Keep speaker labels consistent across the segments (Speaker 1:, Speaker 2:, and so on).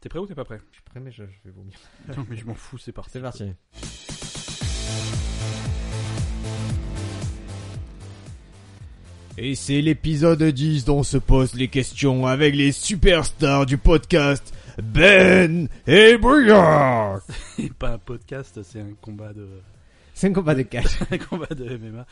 Speaker 1: T'es prêt ou t'es pas prêt
Speaker 2: Je suis prêt, mais je, je vais vomir.
Speaker 1: Non mais je m'en fous, c'est parti.
Speaker 2: C'est parti.
Speaker 3: Et c'est l'épisode 10 dont se posent les questions avec les superstars du podcast Ben et Bouillard.
Speaker 1: C'est pas un podcast, c'est un combat de
Speaker 2: C'est un combat de cash.
Speaker 1: un combat de MMA.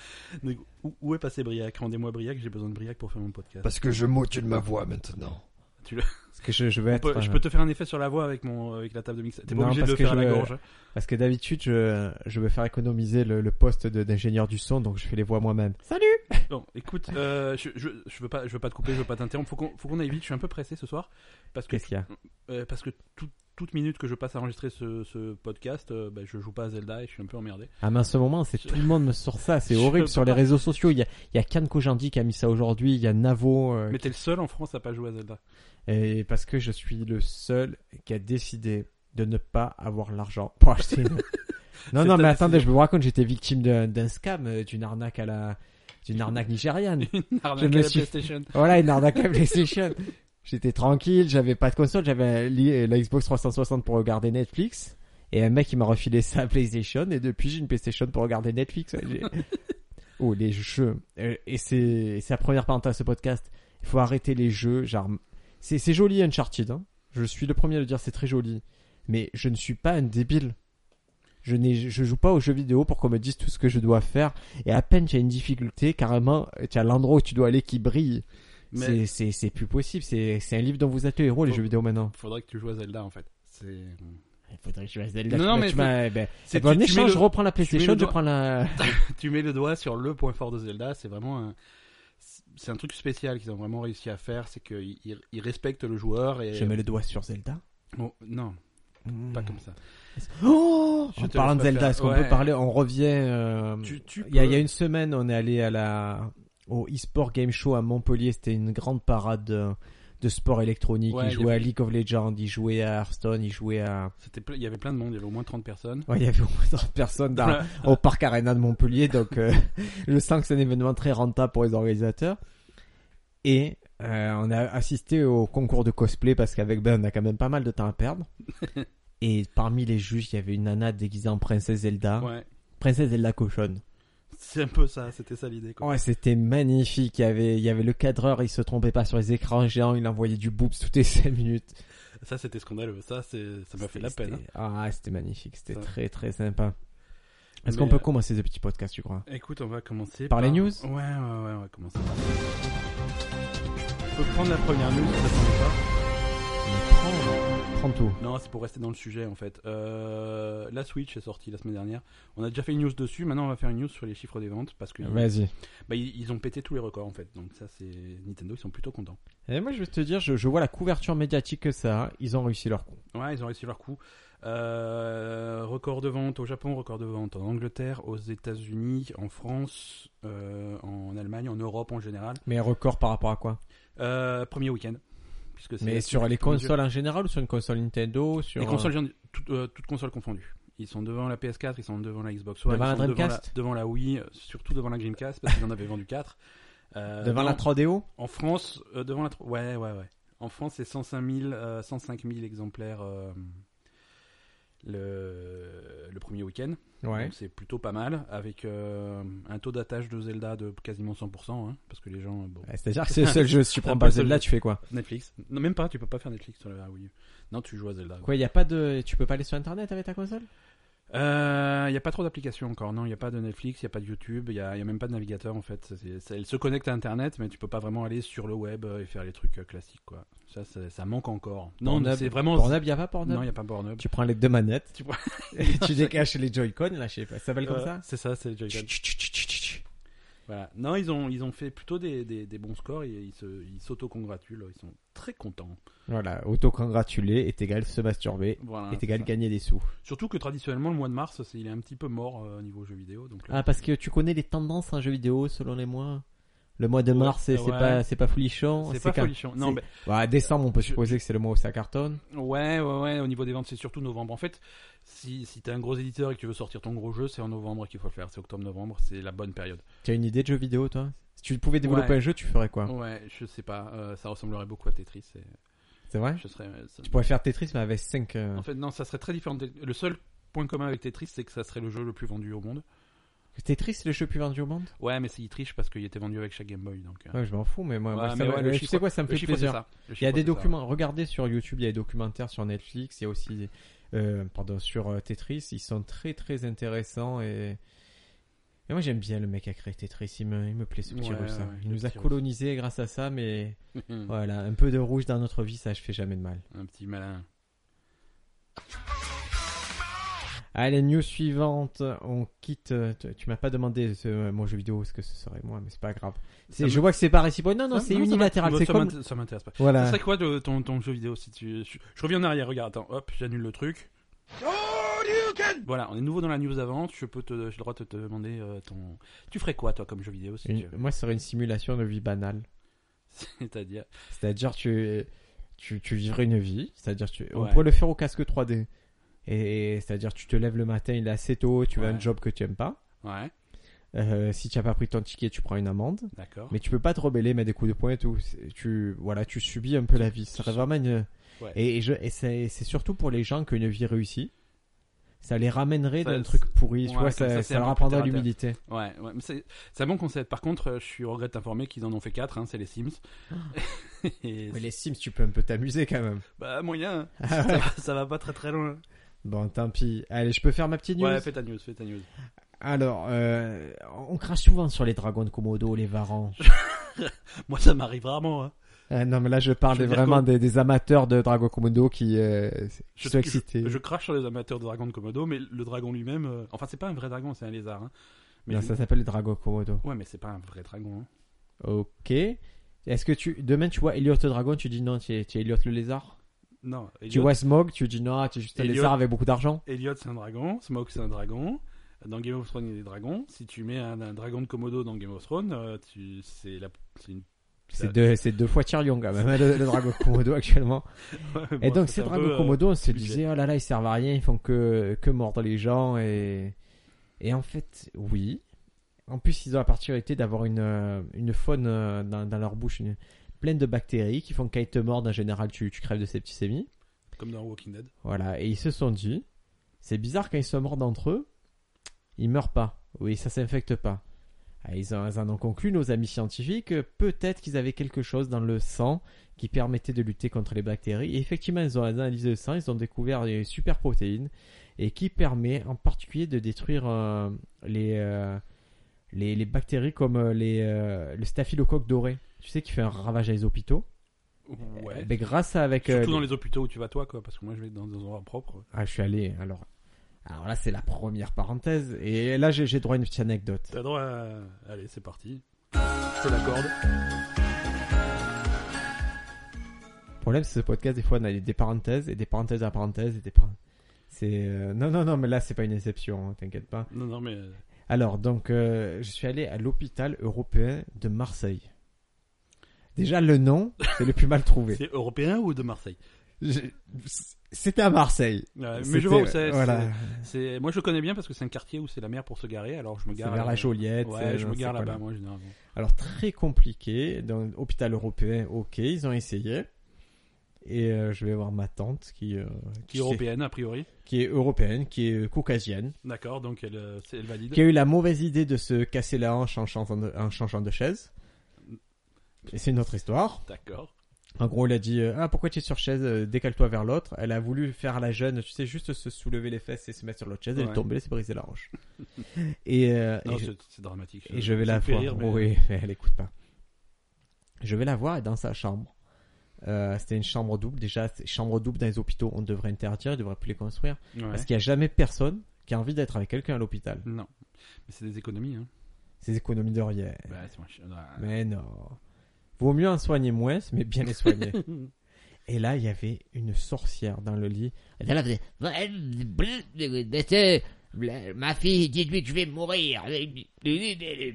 Speaker 1: Donc, où, où est passé Briac Rendez-moi Briac, j'ai besoin de Briac pour faire mon podcast.
Speaker 3: Parce que je module ma voix maintenant.
Speaker 2: Parce que je, je veux
Speaker 1: On
Speaker 2: être.
Speaker 1: peut- je
Speaker 2: euh,
Speaker 1: peux te faire un effet sur la voix avec mon euh, avec la table de mixage. T'es pas
Speaker 2: Non,
Speaker 1: obligé de
Speaker 2: parce
Speaker 1: le
Speaker 2: que
Speaker 1: faire à la
Speaker 2: je veux-
Speaker 1: gorge.
Speaker 2: Parce que d'habitude, je, je veux faire économiser le, le poste de- d'ingénieur du son, donc je fais les voix moi-même. Salut
Speaker 1: Bon, écoute, euh, je, je, je veux pas je veux pas te couper, je veux pas t'interrompre. Faut qu'on faut qu'on aille vite. Je suis un peu pressé ce soir parce que
Speaker 2: Qu'est-ce qu'il y a
Speaker 1: euh, parce que tout- toute minute que je passe à enregistrer ce, ce podcast, euh, bah, je joue pas à Zelda et je suis un peu emmerdé.
Speaker 2: Ah mais en ce moment, c'est tout le monde me sort ça, c'est
Speaker 1: Je
Speaker 2: horrible
Speaker 1: peux
Speaker 2: sur les
Speaker 1: pas.
Speaker 2: réseaux sociaux. Il y a, il y a Kan Kojandi qui a mis ça aujourd'hui, il y a Navo. euh,
Speaker 1: Mais t'es le seul en France à pas jouer à Zelda.
Speaker 2: Et parce que je suis le seul qui a décidé de ne pas avoir l'argent pour acheter une... Non,
Speaker 1: C'est
Speaker 2: non,
Speaker 1: ta
Speaker 2: mais attendez, je vous raconte, j'étais victime d'un d'un scam, euh, d'une arnaque à la, d'une arnaque nigériane.
Speaker 1: Arnaque à
Speaker 2: Je me
Speaker 1: la
Speaker 2: suis-
Speaker 1: PlayStation.
Speaker 2: voilà, une arnaque à PlayStation. J'étais tranquille, j'avais pas de console, j'avais li- la Xbox 360 pour regarder Netflix. Et un mec, il m'a refilé sa PlayStation, et depuis, j'ai une PlayStation pour regarder Netflix. J'ai- oh, les jeux. Euh, Et c'est et c'est la première parenthèse à ce podcast. Il faut arrêter les jeux. Genre, c'est c'est joli Uncharted. Hein. Je suis le premier à le dire, c'est très joli. Mais je ne suis pas un débile. Je, n'ai- je joue pas aux jeux vidéo pour qu'on me dise tout ce que je dois faire. Et à peine tu as une difficulté, carrément, tu as l'endroit où tu dois aller qui brille.
Speaker 1: Mais-
Speaker 2: C'est- C'est c'est plus possible. C'est c'est un livre dont vous êtes le héros, les
Speaker 1: Faut-
Speaker 2: jeux vidéo maintenant.
Speaker 1: Faudrait que tu joues à Zelda en fait. C'est
Speaker 2: Il faudrait que je fasse Zelda.
Speaker 1: Non, non,
Speaker 2: tu-
Speaker 1: mais
Speaker 2: tu m'as- ben,
Speaker 1: c'est-
Speaker 2: ben, en
Speaker 1: tu- tu mets
Speaker 2: échange,
Speaker 1: le-
Speaker 2: je reprends la
Speaker 1: mets le
Speaker 2: PlayStation, je
Speaker 1: doigt-
Speaker 2: prends la.
Speaker 1: tu mets le doigt sur le point fort de Zelda, c'est vraiment un... C'est un truc spécial qu'ils ont vraiment réussi à faire, c'est qu'ils ils- ils respectent le joueur et... euh, Mmh.
Speaker 2: Je mets le doigt sur Zelda.
Speaker 1: Oh, non, pas comme ça.
Speaker 2: Oh
Speaker 1: Je
Speaker 2: en
Speaker 1: te
Speaker 2: parlant
Speaker 1: laisse
Speaker 2: de
Speaker 1: pas
Speaker 2: Zelda,
Speaker 1: faire.
Speaker 2: est-ce qu'on
Speaker 1: Ouais.
Speaker 2: peut parler On revient. euh,
Speaker 1: Tu- tu
Speaker 2: il, y a,
Speaker 1: peux-
Speaker 2: il y a une semaine, on est allé à la au e-sport game show à Montpellier. C'était une grande parade euh, de sport électronique.
Speaker 1: Ouais, il
Speaker 2: ils
Speaker 1: y
Speaker 2: jouaient à
Speaker 1: avait-
Speaker 2: League of Legends, ils jouaient à Hearthstone, ils jouaient à.
Speaker 1: C'était ple- Il y avait plein de monde, il y avait au moins 30 personnes.
Speaker 2: Ouais, il y avait au moins 30 personnes dans-
Speaker 1: Voilà.
Speaker 2: au parc Arena de Montpellier. Donc, euh, je sens que c'est un événement très rentable pour les organisateurs. Et euh, on a assisté au concours de cosplay parce qu'avec Ben, on a quand même pas mal de temps à perdre. Et parmi les juges, il y avait une nana déguisée en princesse Zelda.
Speaker 1: Ouais,
Speaker 2: Princesse Zelda cochonne.
Speaker 1: c'est un peu ça, c'était ça l'idée. quoi.
Speaker 2: Ouais, c'était magnifique. Il y avait, il y avait le cadreur, il se trompait pas sur les écrans géants, il envoyait du boobs toutes les 5 minutes.
Speaker 1: Ça c'était scandaleux, ça c'est- ça m'a fait de la peine. hein.
Speaker 2: C'était- Ah, c'était magnifique. C'était
Speaker 1: Ça-
Speaker 2: très, très sympa. Est-ce
Speaker 1: Mais,
Speaker 2: qu'on peut
Speaker 1: euh,
Speaker 2: commencer ce petit podcast, tu crois?
Speaker 1: Écoute, on va commencer
Speaker 2: Par les news
Speaker 1: Ouais, ouais, ouais, on va commencer par. Je peux prendre la première news, ça t'en
Speaker 2: Prends, prends tout.
Speaker 1: est pas Non, c'est pour rester dans le sujet en fait. Euh, la Switch est sortie la semaine dernière. On a déjà fait une news dessus, maintenant on va faire une news sur les chiffres des ventes parce que
Speaker 2: Vas-y.
Speaker 1: bah, ils, ils ont pété tous les records en fait. Donc ça c'est Nintendo, ils sont plutôt contents.
Speaker 2: Et moi, je vais te dire, je, je vois la couverture médiatique que ça a. Ils ont réussi leur coup.
Speaker 1: Ouais, ils ont réussi leur coup. Euh, record de vente au Japon, record de vente en Angleterre, aux États-Unis, en France, euh, en Allemagne, en Europe en général.
Speaker 2: Mais record par rapport à quoi
Speaker 1: Euh, premier week-end. Puisque c'est
Speaker 2: Mais
Speaker 1: la
Speaker 2: sur
Speaker 1: Switch
Speaker 2: les
Speaker 1: qui conduit.
Speaker 2: consoles en général ou sur une console Nintendo sur
Speaker 1: Les consoles, gen- tout- euh, toutes consoles confondues. Ils sont devant la PS4, ils sont devant la Xbox One,
Speaker 2: Devant
Speaker 1: ils
Speaker 2: la
Speaker 1: sont
Speaker 2: Dreamcast
Speaker 1: devant la, devant la Wii, euh, surtout devant la Dreamcast parce qu'ils en avaient vendu 4.
Speaker 2: euh, devant la 3DO
Speaker 1: En France, euh, devant la tro- ouais, ouais, ouais. En France, c'est 105 000, euh, 105 000 exemplaires euh, le, le premier week-end.
Speaker 2: Ouais.
Speaker 1: Donc c'est plutôt pas mal, avec euh, un taux d'attache de Zelda de quasiment 100%, hein, parce que les gens, bon,
Speaker 2: Ouais, C'est-à-dire que c'est le seul jeu. Si tu
Speaker 1: Un
Speaker 2: prends
Speaker 1: peu
Speaker 2: pas
Speaker 1: le seul
Speaker 2: Zelda,
Speaker 1: jeu.
Speaker 2: tu fais quoi
Speaker 1: Netflix. Non, même pas, tu peux pas faire Netflix sur la Wii U. Non, tu joues à Zelda.
Speaker 2: Quoi, il y a pas de, tu peux pas aller sur Internet avec ta console
Speaker 1: Il n'y Euh, a pas trop d'applications encore, non. Il n'y a pas de Netflix, il n'y a pas de YouTube, il n'y a, y a même pas de navigateur en fait. C'est- c'est- Elle se connecte à Internet, mais tu peux pas vraiment aller sur le web euh, et faire les trucs euh, classiques, quoi. Ça, ça, ça manque encore. Non,
Speaker 2: Pornhub-
Speaker 1: c'est vraiment.
Speaker 2: Pornhub, y a pas
Speaker 1: non,
Speaker 2: Pornhub
Speaker 1: il n'y a pas Pornhub.
Speaker 2: Tu prends les deux manettes.
Speaker 1: Tu prends-
Speaker 2: et tu décaches les Joy-Con, là, je sais pas. Ça s'appelle comme
Speaker 1: Euh,
Speaker 2: ça
Speaker 1: C'est ça, c'est le Joy-Con. Voilà. Non, ils ont, ils ont fait plutôt des, des, des bons scores, et ils se- ils s'auto-congratulent, ils sont très contents.
Speaker 2: Voilà, auto-congratuler est égal se masturber,
Speaker 1: Voilà,
Speaker 2: est
Speaker 1: c'est
Speaker 2: égal
Speaker 1: ça.
Speaker 2: gagner des sous.
Speaker 1: Surtout que traditionnellement, le mois de mars, c'est- il est un petit peu mort euh, au niveau jeux vidéo. Donc, là,
Speaker 2: Ah, parce que tu connais les tendances en jeu vidéo selon les mois. Le mois de
Speaker 1: Ouais,
Speaker 2: mars, c'est c'est
Speaker 1: ouais.
Speaker 2: pas, c'est pas folichon.
Speaker 1: c'est pas
Speaker 2: quand-
Speaker 1: folichon. Non, mais
Speaker 2: c'est- Bah, décembre, on peut
Speaker 1: Je-
Speaker 2: supposer que c'est le mois où ça cartonne.
Speaker 1: Ouais, ouais, ouais, au niveau des ventes, c'est surtout novembre. En fait, si, si t'es un gros éditeur et que tu veux sortir ton gros jeu, c'est en novembre qu'il faut le faire. C'est octobre-novembre, c'est la bonne période.
Speaker 2: Tu as une idée de jeu vidéo, toi Si tu pouvais développer
Speaker 1: Ouais.
Speaker 2: un jeu, tu ferais quoi
Speaker 1: Ouais, je sais pas, euh, ça ressemblerait beaucoup à Tetris. et-
Speaker 2: C'est vrai
Speaker 1: Je serais. ça-
Speaker 2: Ah. Tu pourrais faire Tetris, mais avec euh, 5...
Speaker 1: En fait, non, ça serait très différent. de- Le seul point commun avec Tetris, c'est que ça serait le jeu le plus vendu au monde.
Speaker 2: Tetris, c'est le jeu le plus vendu au monde
Speaker 1: Ouais, mais c'est- il triche parce qu'il était vendu avec chaque Game Boy. Donc, euh,
Speaker 2: Ouais, je m'en fous, mais moi,
Speaker 1: Ouais,
Speaker 2: moi, ça
Speaker 1: mais
Speaker 2: me-
Speaker 1: ouais, le
Speaker 2: tu
Speaker 1: chiffre-
Speaker 2: sais quoi, ça me
Speaker 1: le
Speaker 2: fait
Speaker 1: chiffre, c'est
Speaker 2: plaisir.
Speaker 1: ça. Le
Speaker 2: Il y a
Speaker 1: chiffre,
Speaker 2: des
Speaker 1: c'est ça.
Speaker 2: documents. Regardez sur YouTube, il y a des documentaires sur Netflix, il y a aussi des- euh, pardon, sur euh, Tetris, ils sont très très intéressants et, et moi j'aime bien le mec qui a créé Tetris, il me, il me plaît ce petit
Speaker 1: Ouais,
Speaker 2: russe. hein.
Speaker 1: ouais,
Speaker 2: il
Speaker 1: le
Speaker 2: nous a
Speaker 1: petit Russe. Mm.
Speaker 2: colonisé grâce à ça, mais voilà, un peu de rouge dans notre vie, ça je fais jamais de mal.
Speaker 1: Un petit malin.
Speaker 2: Allez, news suivante, on quitte. euh, Tu, tu m'as pas demandé ce, euh, mon jeu vidéo ce que ce serait moi, mais c'est pas grave. C'est-
Speaker 1: me-
Speaker 2: Je vois que c'est pas réciproque. Non, non,
Speaker 1: Ça-
Speaker 2: c'est
Speaker 1: ça
Speaker 2: unilatéral.
Speaker 1: m'int-
Speaker 2: C'est
Speaker 1: ça
Speaker 2: comme.
Speaker 1: m'int- Ça m'intéresse pas. Ça
Speaker 2: Voilà.
Speaker 1: serait quoi de, ton, ton jeu vidéo si tu... je, je reviens en arrière, regarde, attends, hop, j'annule le truc. Voilà, on est nouveau dans la news avant, je peux te, j'ai le droit de te demander euh, ton... Tu ferais quoi, toi, comme jeu vidéo si
Speaker 2: Une-
Speaker 1: tu...
Speaker 2: Moi, ce serait une simulation de vie banale.
Speaker 1: C'est-à-dire...
Speaker 2: C'est-à-dire tu, tu tu vivrais une vie, c'est-à-dire tu on
Speaker 1: Ouais.
Speaker 2: pourrait le faire au casque 3D. Et, et c'est-à-dire tu te lèves le matin, il est assez tôt, tu as un
Speaker 1: Ouais.
Speaker 2: job que tu aimes pas.
Speaker 1: Ouais,
Speaker 2: Euh, si tu as pas pris ton ticket, tu prends une amende.
Speaker 1: d'accord.
Speaker 2: Mais tu peux pas te rebeller, mettre des coups de poing et tout. C'est- Tu voilà, tu subis un peu la vie. Ça serait vraiment une...
Speaker 1: Ouais.
Speaker 2: Et, et je et c'est c'est surtout pour les gens qu'une vie réussie. Ça les ramènerait
Speaker 1: Ça-
Speaker 2: d'un truc pourri, tu
Speaker 1: ouais,
Speaker 2: vois,
Speaker 1: comme ça,
Speaker 2: ça,
Speaker 1: c'est
Speaker 2: ça
Speaker 1: un
Speaker 2: leur
Speaker 1: peu plus
Speaker 2: apprendrait
Speaker 1: terre à terre.
Speaker 2: l'humilité.
Speaker 1: Ouais, ouais, mais c'est c'est un bon concept. Par contre, euh, je suis au regret de t'informer qu'ils en ont fait 4, hein, c'est les Sims.
Speaker 2: Ah.
Speaker 1: Et
Speaker 2: Mais les Sims, tu peux un peu t'amuser quand même.
Speaker 1: Bah, moyen, hein.
Speaker 2: Ah
Speaker 1: ça, va, ça va pas très très loin.
Speaker 2: Bon, tant pis. Allez, je peux faire ma petite news
Speaker 1: Ouais, fais ta news, fais ta news.
Speaker 2: Alors, euh, on crache souvent sur les dragons de Komodo, les varans.
Speaker 1: Moi, ça m'arrive rarement, hein.
Speaker 2: Ah non, mais là, je parle
Speaker 1: Je veux dire
Speaker 2: vraiment
Speaker 1: que-
Speaker 2: des, des amateurs de dragons Komodo qui, euh, qui sont excités.
Speaker 1: Je, je crache sur les amateurs de dragon de Komodo, mais le dragon lui-même, euh, enfin c'est pas un vrai dragon, c'est un lézard. hein. Mais
Speaker 2: Non,
Speaker 1: je-
Speaker 2: ça s'appelle les dragons Komodo.
Speaker 1: Ouais, mais c'est pas un vrai dragon. hein.
Speaker 2: Ok. Est-ce que tu demain tu vois Elliot le dragon, tu dis non, tu es, tu es Elliot le lézard.
Speaker 1: Non, Elliot,
Speaker 2: Tu vois Smog, tu dis non, tu es juste un
Speaker 1: Elliot-
Speaker 2: lézard avec beaucoup d'argent.
Speaker 1: Elliot, c'est un dragon, Smoke c'est un dragon. Dans Game of Thrones, il y a des dragons. Si tu mets un, un dragon de Komodo dans Game of Thrones, euh, tu... c'est la... c'est une...
Speaker 2: C'est deux, c'est deux fois Tyrion quand même, hein, le, le dragon Komodo actuellement. Et
Speaker 1: Bon,
Speaker 2: donc
Speaker 1: c'est
Speaker 2: ces
Speaker 1: un
Speaker 2: dragons
Speaker 1: peu, euh,
Speaker 2: Komodo, on se
Speaker 1: budget.
Speaker 2: disait oh là là, ils servent à rien, ils font que que mordre les gens et et en fait oui. En plus, ils ont la particularité d'avoir une euh, une faune euh, dans, dans leur bouche une- pleine de bactéries qui font qu'à te mordent en général tu tu crèves de septicémie.
Speaker 1: Comme dans Walking Dead.
Speaker 2: Voilà, et ils se sont dit c'est bizarre quand ils se mordent entre eux, ils meurent pas. Oui, ça s'infecte pas. Ah, Ils en, ils en ont conclu, nos amis scientifiques, que peut-être qu'ils avaient quelque chose dans le sang qui permettait de lutter contre les bactéries. Et effectivement, ils ont analysé le sang, ils ont découvert des super protéines et qui permet en particulier de détruire euh, les, euh, les, les bactéries comme euh, les, euh, le staphylocoque doré. Tu sais qui fait un ravage à les hôpitaux.
Speaker 1: Ouais.
Speaker 2: Mais grâce à avec euh,
Speaker 1: Surtout dans les hôpitaux où tu vas toi, quoi, parce que moi je vais dans des endroits propres.
Speaker 2: ah, je suis allé. Alors, alors là, c'est la première parenthèse. Et là, j'ai j'ai droit à une petite anecdote.
Speaker 1: T'as droit à... Allez, c'est parti. Je te l'accorde.
Speaker 2: Le problème, c'est ce podcast, des fois, on a des parenthèses et des parenthèses à parenthèses et des parenthèses. C'est euh, non non non mais là c'est pas une exception hein, t'inquiète pas.
Speaker 1: Non, non, mais... euh,
Speaker 2: Alors donc euh, je suis allé à l'hôpital européen de Marseille. Déjà le nom c'est le plus mal trouvé.
Speaker 1: C'est européen ou de Marseille
Speaker 2: Je- C'était à Marseille.
Speaker 1: Ouais, Ah, Mais
Speaker 2: C'était-
Speaker 1: je vois où c'est.
Speaker 2: Voilà.
Speaker 1: c'est- C'est moi je le connais bien parce que c'est un quartier où c'est la mer pour se garer alors je me
Speaker 2: C'est
Speaker 1: gare
Speaker 2: vers la Joliette.
Speaker 1: Ouais,
Speaker 2: euh,
Speaker 1: je
Speaker 2: non,
Speaker 1: me
Speaker 2: c'est
Speaker 1: gare
Speaker 2: quoi,
Speaker 1: là-bas
Speaker 2: là.
Speaker 1: moi généralement.
Speaker 2: Alors très compliqué, dans l'hôpital européen, ok, ils ont essayé. Et euh, je vais voir ma tante qui, euh,
Speaker 1: Qui est européenne a priori.
Speaker 2: qui est européenne, qui est euh, caucasienne,
Speaker 1: D'accord, donc elle, euh, c'est- elle valide.
Speaker 2: qui a eu la mauvaise idée de se casser la hanche en changeant de, en changeant de chaise. Et c'est une autre histoire.
Speaker 1: D'accord.
Speaker 2: En gros, il a dit euh, ah pourquoi tu es sur chaise, euh, décale-toi vers l'autre. Elle a voulu faire la jeune, tu sais, juste se soulever les fesses et se mettre sur l'autre chaise. Elle
Speaker 1: Ouais.
Speaker 2: est tombée, elle s'est brisée la hanche. et, euh,
Speaker 1: Non,
Speaker 2: et-
Speaker 1: c'est c'est dramatique.
Speaker 2: Et je vais
Speaker 1: ça
Speaker 2: la
Speaker 1: me fait
Speaker 2: voir.
Speaker 1: rire, mais- euh,
Speaker 2: Oui, mais elle écoute pas. Je vais la voir et dans sa chambre. Euh, c'était une chambre double. Déjà, c'est- chambre double dans les hôpitaux, on devrait interdire, on devrait plus les construire.
Speaker 1: euh, Ouais.
Speaker 2: Parce qu'il n'y a jamais personne qui a envie d'être avec quelqu'un à l'hôpital.
Speaker 1: Non. Mais c'est des économies hein.
Speaker 2: Ces économies de rien.
Speaker 1: Bah, c'est moins ch- Ah.
Speaker 2: Euh, Mais non. Vaut mieux en soigner moins, mais bien les soigner. et là, il y avait une sorcière dans le lit.
Speaker 4: Et puis là, elle faisait, Monsieur, la- ma fille, 18, je vais mourir.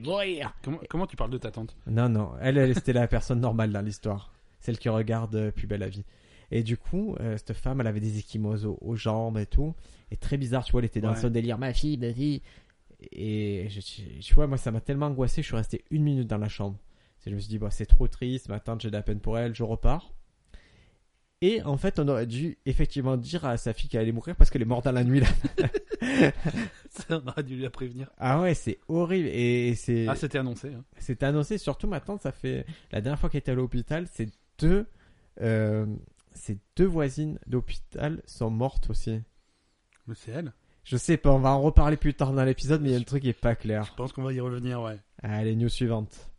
Speaker 4: Mourir.
Speaker 1: Comment, comment tu parles de ta tante
Speaker 2: Non, non, elle, elle, c'était la personne normale dans l'histoire. Celle qui regarde euh, Plus belle la vie. Et du coup, euh, cette femme, elle avait des échymoses aux, aux jambes et tout. Et très bizarre, tu vois, elle était dans
Speaker 1: Ouais.
Speaker 2: son délire, ma fille, ma fille. Et je, je- tu vois, moi, ça m'a tellement angoissé, je suis resté une minute dans la chambre. Et je me suis dit, bah, c'est trop triste, ma tante, j'ai de la peine pour elle, je repars. Et en fait, on aurait dû effectivement dire à sa fille qu'elle allait mourir parce qu'elle est morte dans la nuit là.
Speaker 1: Ça on aurait dû la prévenir.
Speaker 2: Ah ouais, c'est horrible. Et c'est
Speaker 1: Ah, c'était annoncé. hein.
Speaker 2: c'est annoncé. Surtout maintenant, ça fait la dernière fois qu'elle était à l'hôpital, c'est deux euh, ces deux voisines d'hôpital sont mortes aussi.
Speaker 1: Mais c'est elle.
Speaker 2: Je sais pas, on va en reparler plus tard dans l'épisode, mais il y a un truc qui est pas clair.
Speaker 1: Je pense qu'on va y revenir, ouais.
Speaker 2: Allez, news suivante.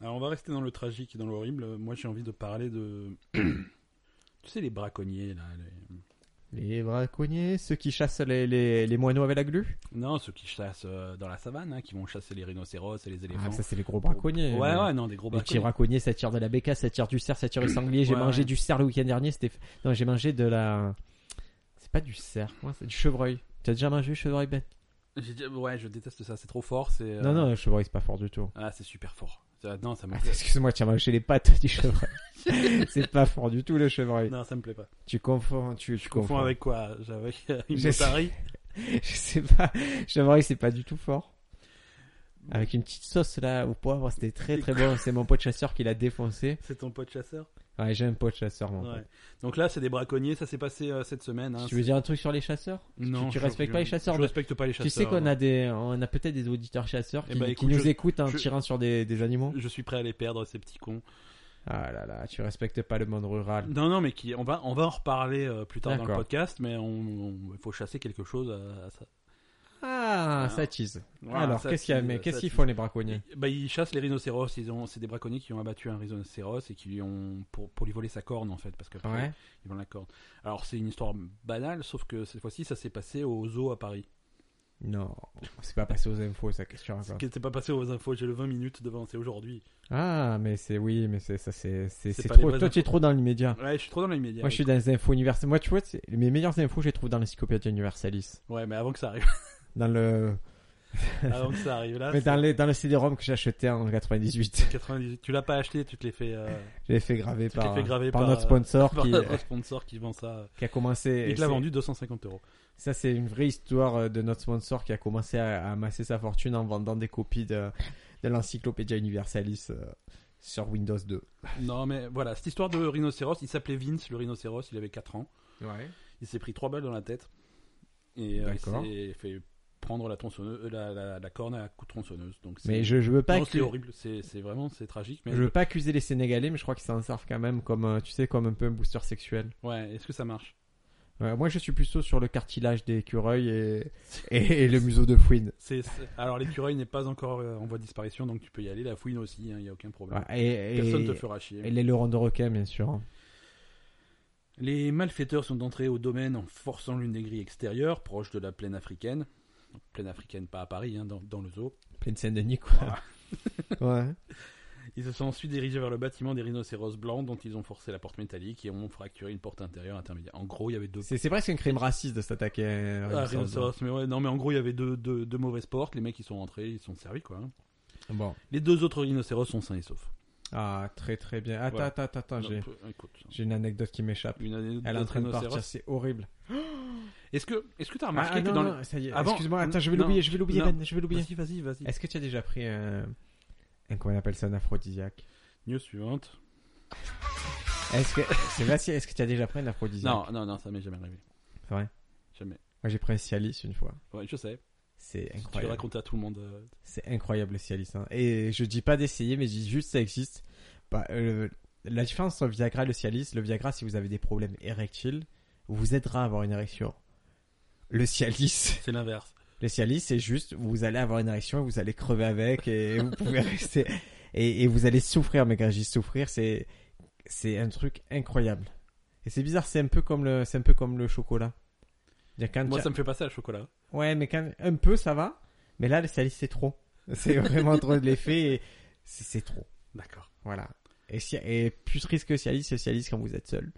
Speaker 1: Alors on va rester dans le tragique et dans l'horrible. Moi j'ai envie de parler de... tu sais les braconniers là. les-
Speaker 2: Les braconniers, ceux qui chassent les, les, les moineaux avec la glu
Speaker 1: Non, ceux qui chassent euh, dans la savane, hein, qui vont chasser les rhinocéros et les éléphants. Oh,
Speaker 2: Ah, ça c'est les gros braconniers.
Speaker 1: ouais, ouais, non, des gros
Speaker 2: Les petits
Speaker 1: braconniers.
Speaker 2: braconniers, ça tire de la bécasse, ça tire du cerf, ça tire du sanglier. J'ai
Speaker 1: Ouais,
Speaker 2: mangé
Speaker 1: ouais.
Speaker 2: du cerf le week-end dernier. C'était non, j'ai mangé de la. C'est pas du cerf, moi, c'est du chevreuil. Tu as déjà mangé du chevreuil Ben
Speaker 1: J'ai dit- Ouais, je déteste ça, c'est trop fort. c'est... euh,
Speaker 2: Non, non, le chevreuil c'est pas fort du tout.
Speaker 1: Ah, c'est super fort. Ça- Non, ça me
Speaker 2: Ah,
Speaker 1: plaît.
Speaker 2: Excuse-moi, tu as mangé les pattes du chevreuil. c'est pas fort du tout le chevreuil.
Speaker 1: Non, ça me plaît pas.
Speaker 2: Tu confonds, tu, tu
Speaker 1: Je confonds avec quoi Avec euh, une
Speaker 2: Je sais.
Speaker 1: otarie
Speaker 2: Je sais pas, chevreuil c'est pas du tout fort. Avec une petite sauce là au poivre, c'était très très bon. C'est mon pote chasseur qui l'a défoncé.
Speaker 1: C'est ton pote chasseur
Speaker 2: Ouais, j'ai un pote chasseur mon
Speaker 1: Ouais.
Speaker 2: pote.
Speaker 1: Donc là, c'est des braconniers, ça s'est passé euh, cette semaine. hein.
Speaker 2: Tu veux dire un truc sur les chasseurs
Speaker 1: non,
Speaker 2: tu
Speaker 1: je-
Speaker 2: respectes
Speaker 1: je-
Speaker 2: pas les chasseurs
Speaker 1: Je
Speaker 2: de-
Speaker 1: respecte pas les chasseurs.
Speaker 2: Tu sais qu'on
Speaker 1: ouais.
Speaker 2: a des, on a peut-être des auditeurs chasseurs
Speaker 1: Eh
Speaker 2: qui,
Speaker 1: ben,
Speaker 2: qui
Speaker 1: écoute,
Speaker 2: nous
Speaker 1: je-
Speaker 2: écoutent en
Speaker 1: je-
Speaker 2: tirant sur des, des animaux.
Speaker 1: Je suis prêt à les perdre, ces petits cons.
Speaker 2: Ah là là, tu respectes pas le monde rural.
Speaker 1: Non, non, mais qui, on, va, on va en reparler euh, plus tard dans le
Speaker 2: D'accord.
Speaker 1: podcast, mais on- on- il faut chasser quelque chose à, à ça.
Speaker 2: Ah,
Speaker 1: Ah.
Speaker 2: ça tease.
Speaker 1: Voilà,
Speaker 2: Alors,
Speaker 1: ça
Speaker 2: qu'est-ce qu'il y a,
Speaker 1: tease,
Speaker 2: mais
Speaker 1: ça
Speaker 2: qu'est-ce qu'ils
Speaker 1: tease.
Speaker 2: font les braconniers
Speaker 1: Bah, ils chassent les rhinocéros. Ils ont, c'est des braconniers qui ont abattu un rhinocéros et qui lui ont pour, pour lui voler sa corne en fait, parce que après,
Speaker 2: Ouais.
Speaker 1: ils vendent la corne. Alors c'est une histoire banale, sauf que cette fois-ci, ça s'est passé aux zoo à Paris.
Speaker 2: Non, c'est pas passé aux infos ça question
Speaker 1: Ce
Speaker 2: encore.
Speaker 1: qui n'était pas passé aux infos. J'ai le 20 minutes devant, c'est aujourd'hui.
Speaker 2: Ah, mais c'est oui, mais c'est ça, c'est c'est
Speaker 1: C'est
Speaker 2: c'est
Speaker 1: pas les
Speaker 2: trop.
Speaker 1: vraies
Speaker 2: Toi, tu es
Speaker 1: infos.
Speaker 2: trop dans l'immédiat.
Speaker 1: Ouais, je suis trop dans les médias.
Speaker 2: Moi, je suis dans les infos universelles. Moi, tu vois, c'est- mes meilleures infos, je les trouve dans l'encyclopédie universalis.
Speaker 1: Ouais, mais avant que ça arrive,
Speaker 2: Dans le,
Speaker 1: avant que ça arrive là.
Speaker 2: mais
Speaker 1: Ah, c'est
Speaker 2: dans les, dans le CD-ROM que j'ai acheté en 98.
Speaker 1: 98. Tu l'as pas acheté, tu te l'es fait, euh,
Speaker 2: Je l'ai fait graver
Speaker 1: Tu te l'es
Speaker 2: par,
Speaker 1: fait graver
Speaker 2: par
Speaker 1: par,
Speaker 2: notre
Speaker 1: euh,
Speaker 2: sponsor
Speaker 1: par
Speaker 2: qui,
Speaker 1: un sponsor qui vend ça.
Speaker 2: qui a commencé.
Speaker 1: Et qui
Speaker 2: c'est-
Speaker 1: l'a vendu 250 euros.
Speaker 2: Ça, c'est une vraie histoire euh, de notre sponsor qui a commencé à, à amasser sa fortune en vendant des copies de, de l'Encyclopédia Universalis euh, sur Windows 2.
Speaker 1: Non, mais voilà, cette histoire de rhinocéros, il s'appelait Vince, le rhinocéros, il avait 4 ans.
Speaker 2: Ouais.
Speaker 1: Il s'est pris trois balles dans la tête. Et euh, il
Speaker 2: D'accord.
Speaker 1: s'est fait prendre la, tronçonneuse, euh, la, la- la corne à la coup de tronçonneuse. Donc c'est-
Speaker 2: Mais je, je veux pas
Speaker 1: Non, c'est
Speaker 2: accu-
Speaker 1: horrible, c'est c'est vraiment c'est tragique. Mais
Speaker 2: je veux pas accuser les Sénégalais, mais je crois qu'ils s'en servent quand même comme, euh, tu sais, comme un peu un booster sexuel.
Speaker 1: ouais, est-ce que ça marche
Speaker 2: Ouais, moi, je suis plutôt sur le cartilage des écureuils et, et, et le museau de fouine.
Speaker 1: C'est- c'est- Alors l'écureuil n'est pas encore euh, en voie de disparition, donc tu peux y aller. La fouine aussi, il n'y a aucun problème.
Speaker 2: Ouais, et,
Speaker 1: Personne
Speaker 2: et,
Speaker 1: te fera chier.
Speaker 2: et l'aileron de requin, bien sûr. hein.
Speaker 1: Les malfaiteurs sont entrés au domaine en forçant l'une des grilles extérieures, proche de la plaine africaine. Donc, Plaine africaine, pas à Paris, hein, dans, dans le zoo.
Speaker 2: Pleine Saint-Denis, quoi. ouais.
Speaker 1: Ils se sont ensuite dirigés vers le bâtiment des rhinocéros blancs, dont ils ont forcé la porte métallique et ont fracturé une porte intérieure intermédiaire. En gros, il y avait deux
Speaker 2: C'est c'est presque un crime raciste de s'attaquer à un
Speaker 1: Ah,
Speaker 2: rhinocéros.
Speaker 1: rhinocéros, mais ouais, non, mais en gros, il y avait deux, deux, deux mauvaises portes. Les mecs, ils sont rentrés, ils sont servis, quoi.
Speaker 2: Bon.
Speaker 1: Les deux autres rhinocéros sont sains et saufs.
Speaker 2: Ah, très très bien. Attends,
Speaker 1: Ouais.
Speaker 2: attends, attends, attends, Ah, j'ai,
Speaker 1: Donc, euh, écoute,
Speaker 2: j'ai une anecdote qui m'échappe.
Speaker 1: une année
Speaker 2: Elle est en
Speaker 1: d'autres
Speaker 2: train de
Speaker 1: rhinocéros.
Speaker 2: partir, c'est horrible.
Speaker 1: Est-ce que, est-ce que t'as
Speaker 2: Ah,
Speaker 1: remarqué
Speaker 2: ah,
Speaker 1: que
Speaker 2: non,
Speaker 1: dans
Speaker 2: non,
Speaker 1: le...
Speaker 2: ça y est.
Speaker 1: Avant-
Speaker 2: Excuse-moi, attends, je vais
Speaker 1: Non.
Speaker 2: l'oublier, je vais l'oublier,
Speaker 1: Non.
Speaker 2: Ben, je vais l'oublier.
Speaker 1: Vas-y, vas-y, vas-y.
Speaker 2: Est-ce que tu as déjà pris un, un comment on appelle ça, un aphrodisiaque
Speaker 1: News suivante.
Speaker 2: Est-ce que, Sébastien, est-ce que tu as déjà pris un aphrodisiaque
Speaker 1: Non, non, non, ça m'est jamais arrivé.
Speaker 2: C'est vrai
Speaker 1: Jamais.
Speaker 2: Moi, j'ai pris un Cialis une fois.
Speaker 1: Ouais, je sais.
Speaker 2: C'est
Speaker 1: Tu le
Speaker 2: incroyable.
Speaker 1: racontes à tout le monde. euh,
Speaker 2: C'est incroyable le Cialis. hein. Et je dis pas d'essayer, mais je dis juste ça existe. Bah, euh, la différence entre le Viagra et le Cialis, le Viagra, si vous avez des problèmes érectiles, vous aidera à avoir une érection. Le Cialis.
Speaker 1: C'est l'inverse.
Speaker 2: Le Cialis, c'est juste, vous allez avoir une érection, vous allez crever avec et vous pouvez rester. Et, et vous allez souffrir, mais quand je dis souffrir, c'est, c'est un truc incroyable. Et c'est bizarre, c'est un peu comme le, c'est un peu comme le chocolat. C'est-à-dire Quand
Speaker 1: Moi,
Speaker 2: t'as-
Speaker 1: ça me fait passer à chocolat.
Speaker 2: Ouais, mais quand, un peu, ça va. Mais là, le Cialis, c'est trop. C'est vraiment trop de l'effet et c'est, c'est trop.
Speaker 1: D'accord.
Speaker 2: Voilà. Et, si- et plus triste que Cialis, c'est Cialis quand vous êtes seul.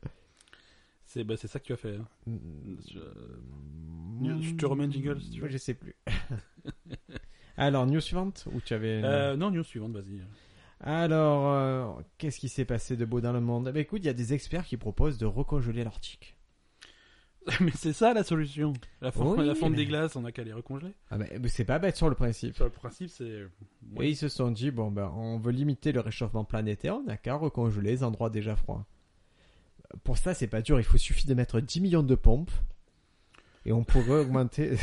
Speaker 1: C'est bah, c'est ça que tu as fait. hein. Je- Je te remets un
Speaker 2: remets
Speaker 1: jingle, si tu veux.
Speaker 2: Je sais plus. Alors, news suivante Ou tu avais...
Speaker 1: Euh, non, news suivante, vas-y.
Speaker 2: Alors, euh, qu'est-ce qui s'est passé de beau dans le monde Bah écoute, il y a des experts qui proposent de recongeler l'Arctique.
Speaker 1: Mais c'est ça la solution. La fonte,
Speaker 2: Oui,
Speaker 1: la fonte
Speaker 2: mais-
Speaker 1: des glaces, on n'a qu'à les recongeler.
Speaker 2: Ah, mais, mais c'est pas bête sur le principe.
Speaker 1: Sur le principe, c'est.
Speaker 2: Et ils se sont dit, bon, ben, on veut limiter le réchauffement planétaire, on n'a qu'à recongeler les endroits déjà froids. Pour ça, c'est pas dur, il faut suffit de mettre 10 millions de pompes. Et on pourrait augmenter.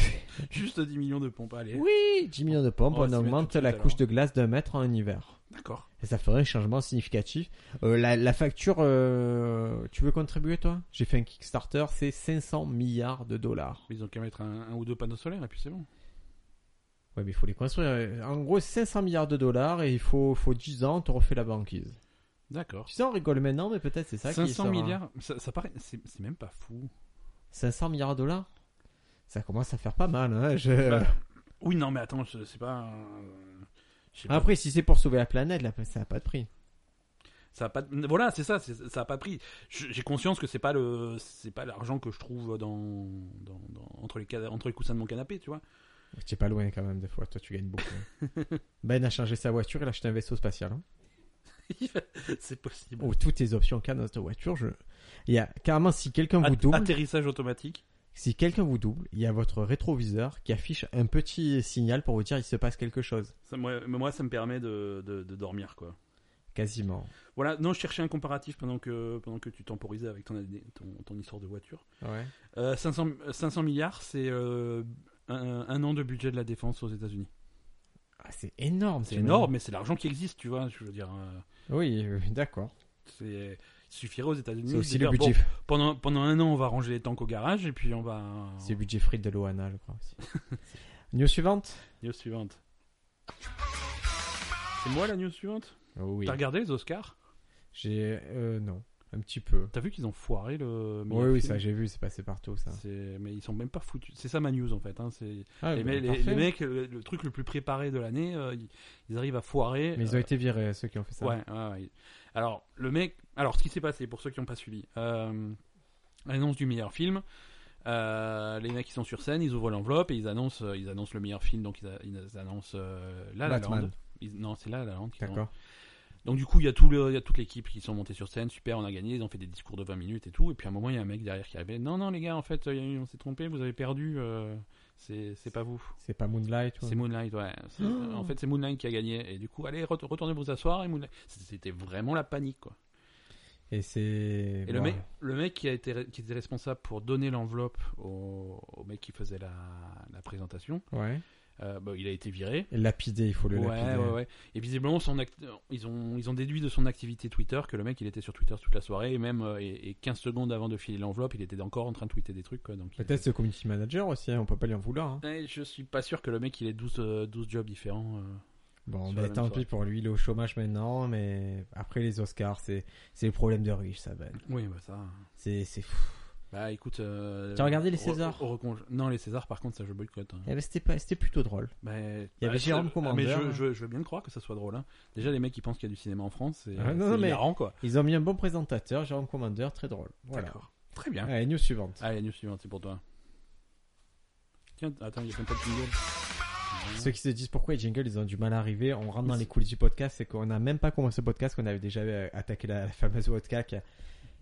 Speaker 1: Juste 10 millions de pompes, allez.
Speaker 2: oui, 10 millions de pompes,
Speaker 1: On va
Speaker 2: on,
Speaker 1: s'y mettre
Speaker 2: augmente
Speaker 1: tout de
Speaker 2: la
Speaker 1: suite,
Speaker 2: couche
Speaker 1: alors.
Speaker 2: de glace d'un mètre en un hiver.
Speaker 1: D'accord.
Speaker 2: Et ça ferait un changement significatif. Euh, la, la facture, euh, tu veux contribuer toi J'ai fait un Kickstarter, c'est 500 milliards de dollars.
Speaker 1: Ils ont qu'à mettre un, un ou deux panneaux solaires et puis c'est bon.
Speaker 2: Ouais, mais il faut les construire. Euh, En gros, 500 milliards de dollars et il faut, faut 10 ans, te refait la banquise.
Speaker 1: D'accord.
Speaker 2: Tu sais, on rigole maintenant, mais peut-être c'est ça qui hein.
Speaker 1: 500
Speaker 2: sera-
Speaker 1: milliards, ça, ça paraît. C'est c'est même pas fou.
Speaker 2: 500 milliards de dollars Ça commence à faire pas mal. Hein je-
Speaker 1: Bah, Oui, non, mais attends, je- c'est pas. euh, je sais pas.
Speaker 2: Après, si c'est pour sauver la planète, la- ça n'a pas de prix.
Speaker 1: Ça a pas de- Voilà, c'est ça, c'est- ça a pas pris. Je- J'ai conscience que c'est pas le, c'est pas l'argent que je trouve dans, dans, dans- entre les cana- entre les coussins de mon canapé, tu vois.
Speaker 2: Tu es pas loin quand même, des fois. Toi, tu gagnes beaucoup. hein. ben a changé sa voiture, il a acheté un vaisseau spatial. hein.
Speaker 1: c'est possible.
Speaker 2: Oh, toutes tes options qu'il y a dans ta voiture, je... il y a carrément, si quelqu'un vous
Speaker 1: At-
Speaker 2: double,
Speaker 1: atterrissage automatique.
Speaker 2: si quelqu'un vous double, il y a votre rétroviseur qui affiche un petit signal pour vous dire il se passe quelque chose.
Speaker 1: Ça, moi, mais moi, ça me permet de, de, de dormir, quoi.
Speaker 2: Quasiment.
Speaker 1: Voilà, non, je cherchais un comparatif pendant que, pendant que tu temporisais avec ton, ton, ton histoire de voiture.
Speaker 2: Ouais.
Speaker 1: Euh, 500, euh, 500 milliards, c'est euh, un, un an de budget de la défense aux États-Unis.
Speaker 2: Ah, c'est énorme.
Speaker 1: C'est
Speaker 2: ce mec.
Speaker 1: énorme, mais c'est l'argent qui existe, tu vois. Je veux dire, euh,
Speaker 2: Oui, oui, d'accord.
Speaker 1: c'est, il suffirait aux États-Unis.
Speaker 2: C'est
Speaker 1: de
Speaker 2: aussi
Speaker 1: dire,
Speaker 2: le budget.
Speaker 1: bon, pendant, pendant un an, on va ranger les tanks au garage et puis on va.
Speaker 2: C'est le budget frites de Loana, je crois aussi. News suivante
Speaker 1: euh, News suivante. C'est moi la news suivante
Speaker 2: Oui.
Speaker 1: T'as regardé les Oscars
Speaker 2: J'ai euh, non, un petit peu.
Speaker 1: T'as vu qu'ils ont foiré le. meilleur
Speaker 2: Oui, oui,
Speaker 1: film
Speaker 2: ça j'ai vu, c'est passé partout ça.
Speaker 1: C'est- Mais ils sont même pas foutus. C'est ça ma news en fait. hein, c'est-
Speaker 2: Ah,
Speaker 1: les,
Speaker 2: bah,
Speaker 1: me- les-
Speaker 2: parfait.
Speaker 1: les mecs, le, le truc le plus préparé de l'année, euh, ils, ils arrivent à foirer.
Speaker 2: Mais ils ont
Speaker 1: euh,
Speaker 2: été virés ceux qui ont fait ça.
Speaker 1: Ouais, ouais, ouais. Alors, le mec. Alors, ce qui s'est passé, pour ceux qui n'ont pas suivi, euh, annonce du meilleur film. Euh, les mecs qui sont sur scène, ils ouvrent l'enveloppe et ils annoncent, euh, ils annoncent le meilleur film, donc ils, a- ils annoncent euh, La La
Speaker 2: Batman.
Speaker 1: Land. Ils- non, c'est La La Land. qu'ils ont-
Speaker 2: D'accord.
Speaker 1: Donc du coup, il y a tout le, il y a toute l'équipe qui sont montées sur scène, super, on a gagné, ils ont fait des discours de 20 minutes et tout, et puis à un moment, il y a un mec derrière qui arrivait, non, non les gars, en fait, euh, il y a eu- on s'est trompé, vous avez perdu, euh, c'est c'est pas vous.
Speaker 2: C'est pas Moonlight. ouais.
Speaker 1: C'est Moonlight, ouais. C'est-
Speaker 2: Oh.
Speaker 1: En fait, c'est Moonlight qui a gagné. Et du coup, allez, retour- retournez vous asseoir. Et Moonlight... C'était vraiment la panique, quoi.
Speaker 2: Et c'est. Et ben,
Speaker 1: Et le, mec, le mec qui, a été, qui était responsable pour donner l'enveloppe au, au mec qui faisait la, la présentation,
Speaker 2: Ouais.
Speaker 1: euh, bah, il a été viré.
Speaker 2: Et Lapidé, il faut le
Speaker 1: Ouais,
Speaker 2: lapider.
Speaker 1: ouais, ouais. Et visiblement, son act- ils, ont, ils ont déduit de son activité Twitter que le mec, il était sur Twitter toute la soirée, et même euh, et, et 15 secondes avant de filer l'enveloppe, il était encore en train de tweeter des trucs. Quoi, donc il-
Speaker 2: Peut-être le community manager aussi, hein, on peut pas lui en vouloir. hein.
Speaker 1: Ouais, je suis pas sûr que le mec, il ait 12, euh, 12 jobs différents. euh.
Speaker 2: Bon,
Speaker 1: Sur
Speaker 2: bah,
Speaker 1: la même
Speaker 2: tant
Speaker 1: soirée.
Speaker 2: pis pour lui, il est au chômage maintenant, mais après les Oscars, c'est c'est le problème de riche, ça va.
Speaker 1: Oui, bah ça.
Speaker 2: C'est c'est fou.
Speaker 1: Bah écoute. euh,
Speaker 2: T'as regardé les
Speaker 1: re-
Speaker 2: Césars
Speaker 1: re- reconge- Non, les Césars, par contre, ça je boycotte. hein.
Speaker 2: Eh ben, c'était pas, c'était plutôt drôle.
Speaker 1: Mais,
Speaker 2: Il y avait
Speaker 1: bah,
Speaker 2: Jérôme
Speaker 1: ça-
Speaker 2: Commander.
Speaker 1: Mais je, je- je veux bien le croire que ça soit drôle. hein. Déjà, les mecs, ils pensent qu'il y a du cinéma en France. C'est
Speaker 2: Ah, non,
Speaker 1: c'est
Speaker 2: non, mais-
Speaker 1: hilarant, quoi.
Speaker 2: Ils ont mis un bon présentateur, Jérôme Commander, très drôle. Voilà. Euh,
Speaker 1: D'accord. Très bien.
Speaker 2: Allez, news suivante.
Speaker 1: Allez, news suivante, c'est pour toi. Tiens, attends, il y a même pas de jingle.
Speaker 2: Ceux qui se disent pourquoi les jingles ils ont du mal à arriver, on rentre dans les coulisses du podcast, c'est qu'on n'a même pas commencé le podcast, qu'on avait déjà euh, attaqué la, la fameuse vodka. qui a-